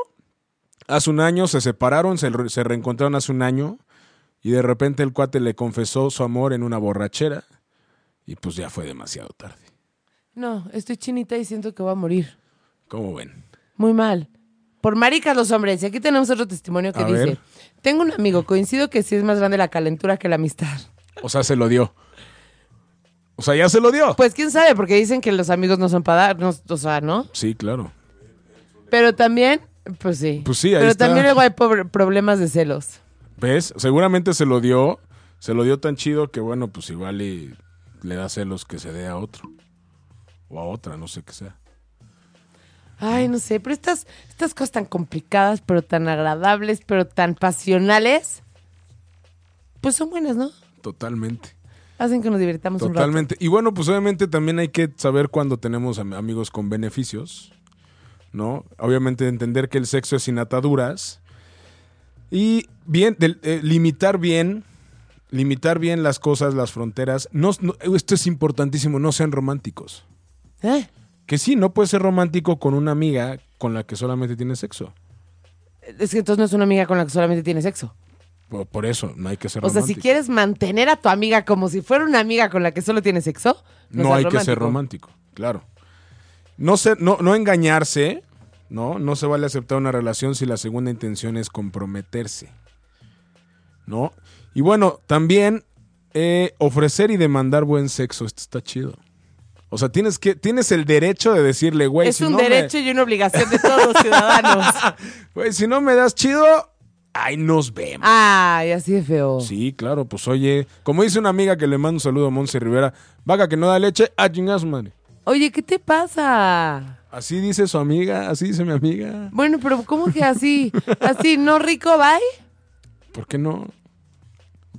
B: Hace un año se separaron, se, re- se reencontraron hace un año y de repente el cuate le confesó su amor en una borrachera y pues ya fue demasiado tarde.
C: No, estoy chinita y siento que voy a morir.
B: ¿Cómo ven?
C: Muy mal. Por maricas los hombres. Y aquí tenemos otro testimonio que
B: A
C: dice:
B: ver.
C: Tengo un amigo, coincido que sí es más grande la calentura que la amistad.
B: O sea, se lo dio. O sea, ya se lo dio.
C: Pues quién sabe, porque dicen que los amigos no son para dar, no- o sea, ¿no?
B: Sí, claro.
C: Pero también, pues sí.
B: Pues sí, ahí
C: Pero
B: está.
C: también luego hay pobre- problemas de celos.
B: ¿Ves? Seguramente se lo dio. Se lo dio tan chido que bueno, pues igual y le da celos que se dé a otro. O a otra, no sé qué sea.
C: Ay, no sé, pero estas, estas cosas tan complicadas, pero tan agradables, pero tan pasionales, pues son buenas, ¿no?
B: Totalmente.
C: Hacen que nos divirtamos un
B: Totalmente. Y bueno, pues obviamente también hay que saber cuando tenemos am- amigos con beneficios, ¿no? Obviamente entender que el sexo es sin ataduras. Y bien, del- eh, limitar bien, limitar bien las cosas, las fronteras. No, no- esto es importantísimo, no sean románticos.
C: rato. ¿Eh?
B: Que sí, no puedes ser romántico con una amiga con la que solamente tienes sexo.
C: Es que entonces no es una amiga con la que solamente tienes sexo.
B: Por, por eso, no hay que ser
C: O sea,
B: romántico.
C: si quieres mantener a tu amiga como si fuera una amiga con la que solo tienes sexo,
B: No,
C: seas
B: hay que ser romántico, claro. No, ser- no, no engañarse, ¿no? No se vale aceptar una relación si la segunda intención es comprometerse, ¿no? Y bueno, también eh, ofrecer y demandar buen sexo, esto está chido. O sea, tienes, que, tienes el derecho de decirle, güey,
C: Es
B: si,
C: un
B: no
C: derecho y una obligación de todos los
B: <laughs>
C: ciudadanos.
B: me, güey, si no me das chido, ahí nos vemos.
C: Ah. Ay, así de feo.
B: Sí, claro, pues oye, como dice una amiga que le mando un saludo a Monse Rivera, vaca que no da leche, a chingas, madre.
C: Oye, ¿qué te pasa?
B: Así dice su amiga, así dice mi amiga.
C: Bueno, pero ¿cómo que así? Así, no rico, bye.
B: ¿Por qué no?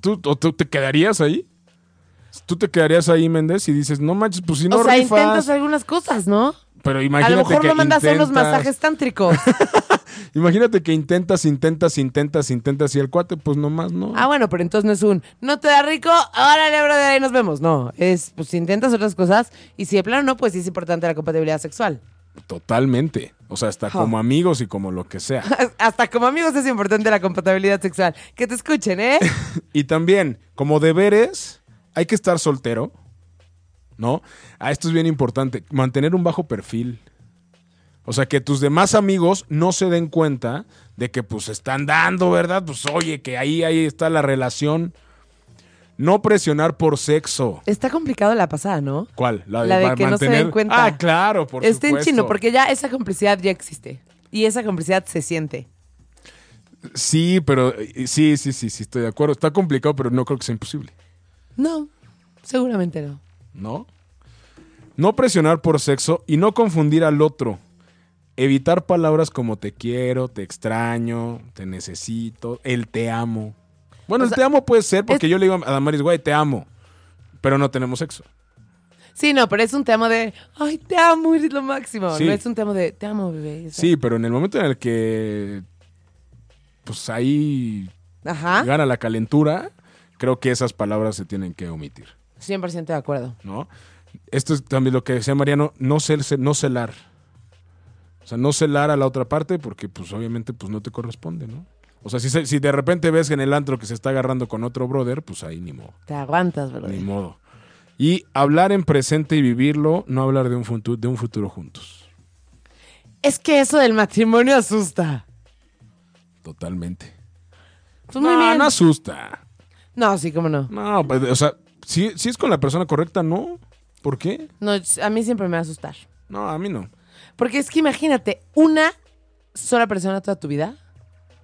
B: ¿Tú, o tú te quedarías ahí? ¿Tú te quedarías ahí, Méndez? Y dices, no manches, pues si no
C: o sea,
B: rifas.
C: intentas algunas cosas, ¿no?
B: Pero imagínate
C: a lo mejor
B: que
C: lo mandas a unos
B: intentas-
C: masajes
B: <laughs>
C: tántricos.
B: Imagínate que intentas, intentas, intentas, intentas y el cuate, pues nomás no.
C: ah, bueno, pero entonces no es un no te da rico, órale, brother, ahí nos vemos. No, es pues si intentas otras cosas y si de plano no, pues sí es importante la compatibilidad sexual.
B: Totalmente. O sea, hasta
C: Ja.
B: como amigos y como lo que sea.
C: <laughs> Hasta como amigos es importante la compatibilidad sexual. Que te
B: <laughs>
C: escuchen, ¿eh?
B: Y también, como deberes, hay que estar soltero, ¿no? Ah, esto es bien importante, mantener un bajo perfil. O sea, que tus demás amigos no se den cuenta de que pues están dando, ¿verdad? Pues oye, que ahí, ahí está la relación. No presionar por sexo.
C: Está complicado la pasada, ¿no?
B: ¿Cuál?
C: La de
B: ma-
C: que no se den cuenta.
B: Ah, claro, por
C: Está en
B: supuesto.
C: chino, porque ya esa complicidad ya existe. Y esa complicidad se siente.
B: Sí, pero eh, sí, sí, sí, sí, estoy de acuerdo. Está complicado, pero no creo que sea imposible.
C: No, seguramente no.
B: ¿no? No presionar por sexo y no confundir al otro. Evitar palabras como te quiero, te extraño, te necesito, el te amo. Bueno,
C: O
B: el
C: sea,
B: te amo puede ser porque
C: es-
B: yo le digo a Damaris, güey, te amo, pero no tenemos sexo.
C: Sí, no, pero es un tema de, ay, te amo, eres lo máximo.
B: Sí.
C: No es un tema de, te amo, bebé. o sea,
B: Sí, pero en el momento en el que, pues ahí
C: Ajá,
B: gana la calentura, creo que esas palabras se tienen que omitir,
C: 100% de acuerdo.
B: ¿no? Esto es también lo que decía Mariano, no, cel- no celar. O sea, no celar a la otra parte porque, pues, obviamente, pues no te corresponde, ¿no? O sea, si, se- si de repente ves en el antro que se está agarrando con otro brother, pues ahí ni modo,
C: Te aguantas, ¿verdad?
B: ni modo. Y hablar en presente y vivirlo, no hablar de un futuro, de un futuro juntos.
C: Es que eso del matrimonio asusta.
B: Totalmente.
C: Pues muy
B: no,
C: bien.
B: no
C: No,
B: asusta.
C: sí, cómo no.
B: No, pues, o sea, si, si es con la persona correcta, no. ¿Por qué?
C: No, a mí siempre me va a asustar.
B: No, a mí no.
C: Porque es que imagínate, una sola persona toda tu vida.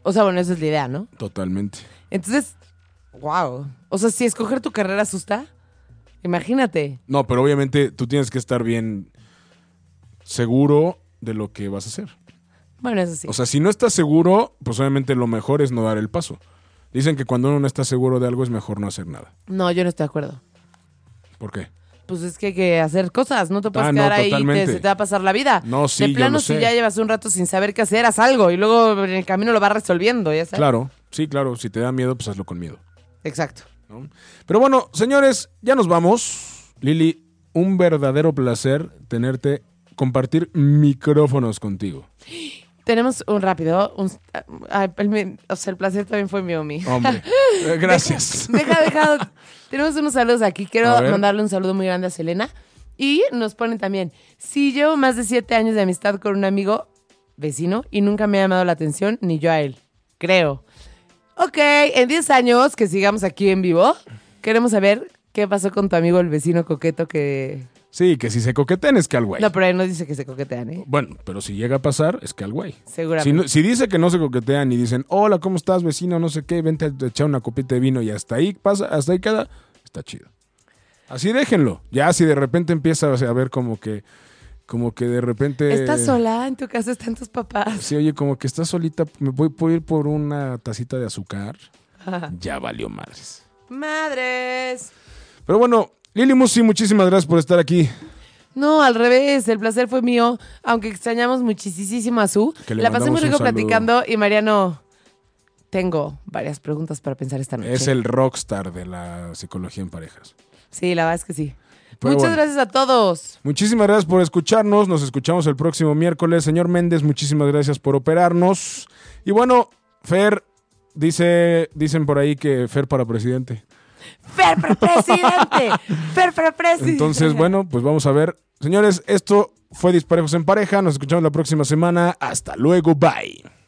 C: O sea, bueno, esa es la idea, ¿no?
B: Totalmente.
C: Entonces, wow. O sea, si escoger tu carrera asusta, imagínate.
B: No, pero obviamente tú tienes que estar bien seguro de lo que vas a hacer.
C: Bueno, eso sí.
B: O sea, si no estás seguro, pues obviamente lo mejor es no dar el paso. Dicen que cuando uno no está seguro de algo es mejor no hacer nada.
C: no, yo no estoy de acuerdo.
B: ¿Por qué?
C: Pues es que hay que hacer cosas, no te puedes
B: Ah, no,
C: quedar ahí y te,
B: totalmente.
C: se te va a pasar la vida.
B: No, sí,
C: De
B: yo
C: plano,
B: lo
C: si
B: sé.
C: ya llevas un rato sin saber qué hacer, haz algo y luego en el camino lo vas resolviendo, ya sabes.
B: Claro, sí, claro. Si te da miedo, pues hazlo con miedo.
C: Exacto.
B: ¿no? Pero bueno, señores, ya nos vamos. Lili, un verdadero placer tenerte, compartir micrófonos contigo.
C: Tenemos un rápido. un- ay, el, mi- o sea, el placer también fue mío, mi. <laughs>
B: Hombre, eh, gracias.
C: Deja, deja. Tenemos unos saludos aquí. Quiero
B: A ver.
C: mandarle un saludo muy grande a Selena. Y nos ponen también, si llevo más de siete años de amistad con un amigo vecino y nunca me ha llamado la atención, ni yo a él, creo. Ok, en 10 años que sigamos aquí en vivo, queremos saber qué pasó con tu amigo el vecino coqueto que...
B: Sí, que si se coquetean es que al güey.
C: No, pero él nos dice que se coquetean, ¿eh?
B: Bueno, pero si llega a pasar, es que al güey. Si,
C: Seguramente.
B: no- si dice que no se coquetean y dicen, hola, ¿cómo estás, vecino? No sé qué, vente a echar una copita de vino y hasta ahí pasa, hasta ahí queda, está chido. Así déjenlo. Ya si de repente empieza a ver como que, como que de repente...
C: ¿Estás sola? ¿En tu casa están tus papás?
B: Sí, oye, como que estás solita, me voy, puedo ir por una tacita de azúcar. ya valió madres.
C: ¡Madres!
B: Pero bueno, Lili Musi, muchísimas gracias por estar aquí.
C: No, al revés, el placer fue mío, aunque extrañamos muchísimo a Su.
B: Que le
C: La pasé
B: mandamos
C: muy
B: un
C: rico
B: saludo.
C: platicando y Mariano, tengo varias preguntas para pensar esta noche.
B: Es el rockstar de la psicología en parejas.
C: Sí, la verdad es que sí.
B: Pero
C: Muchas
B: bueno.
C: gracias a todos.
B: Muchísimas gracias por escucharnos. Nos escuchamos el próximo miércoles. Señor Méndez, muchísimas gracias por operarnos. Y bueno, Fer, dice, dicen por ahí que Fer para presidente.
C: ¡Fer para presidente!
B: <laughs>
C: ¡Fer para presidente! <laughs>
B: Entonces, bueno, pues vamos a ver. Señores, esto fue Disparejos en Pareja. Nos escuchamos la próxima semana. Hasta luego. Bye.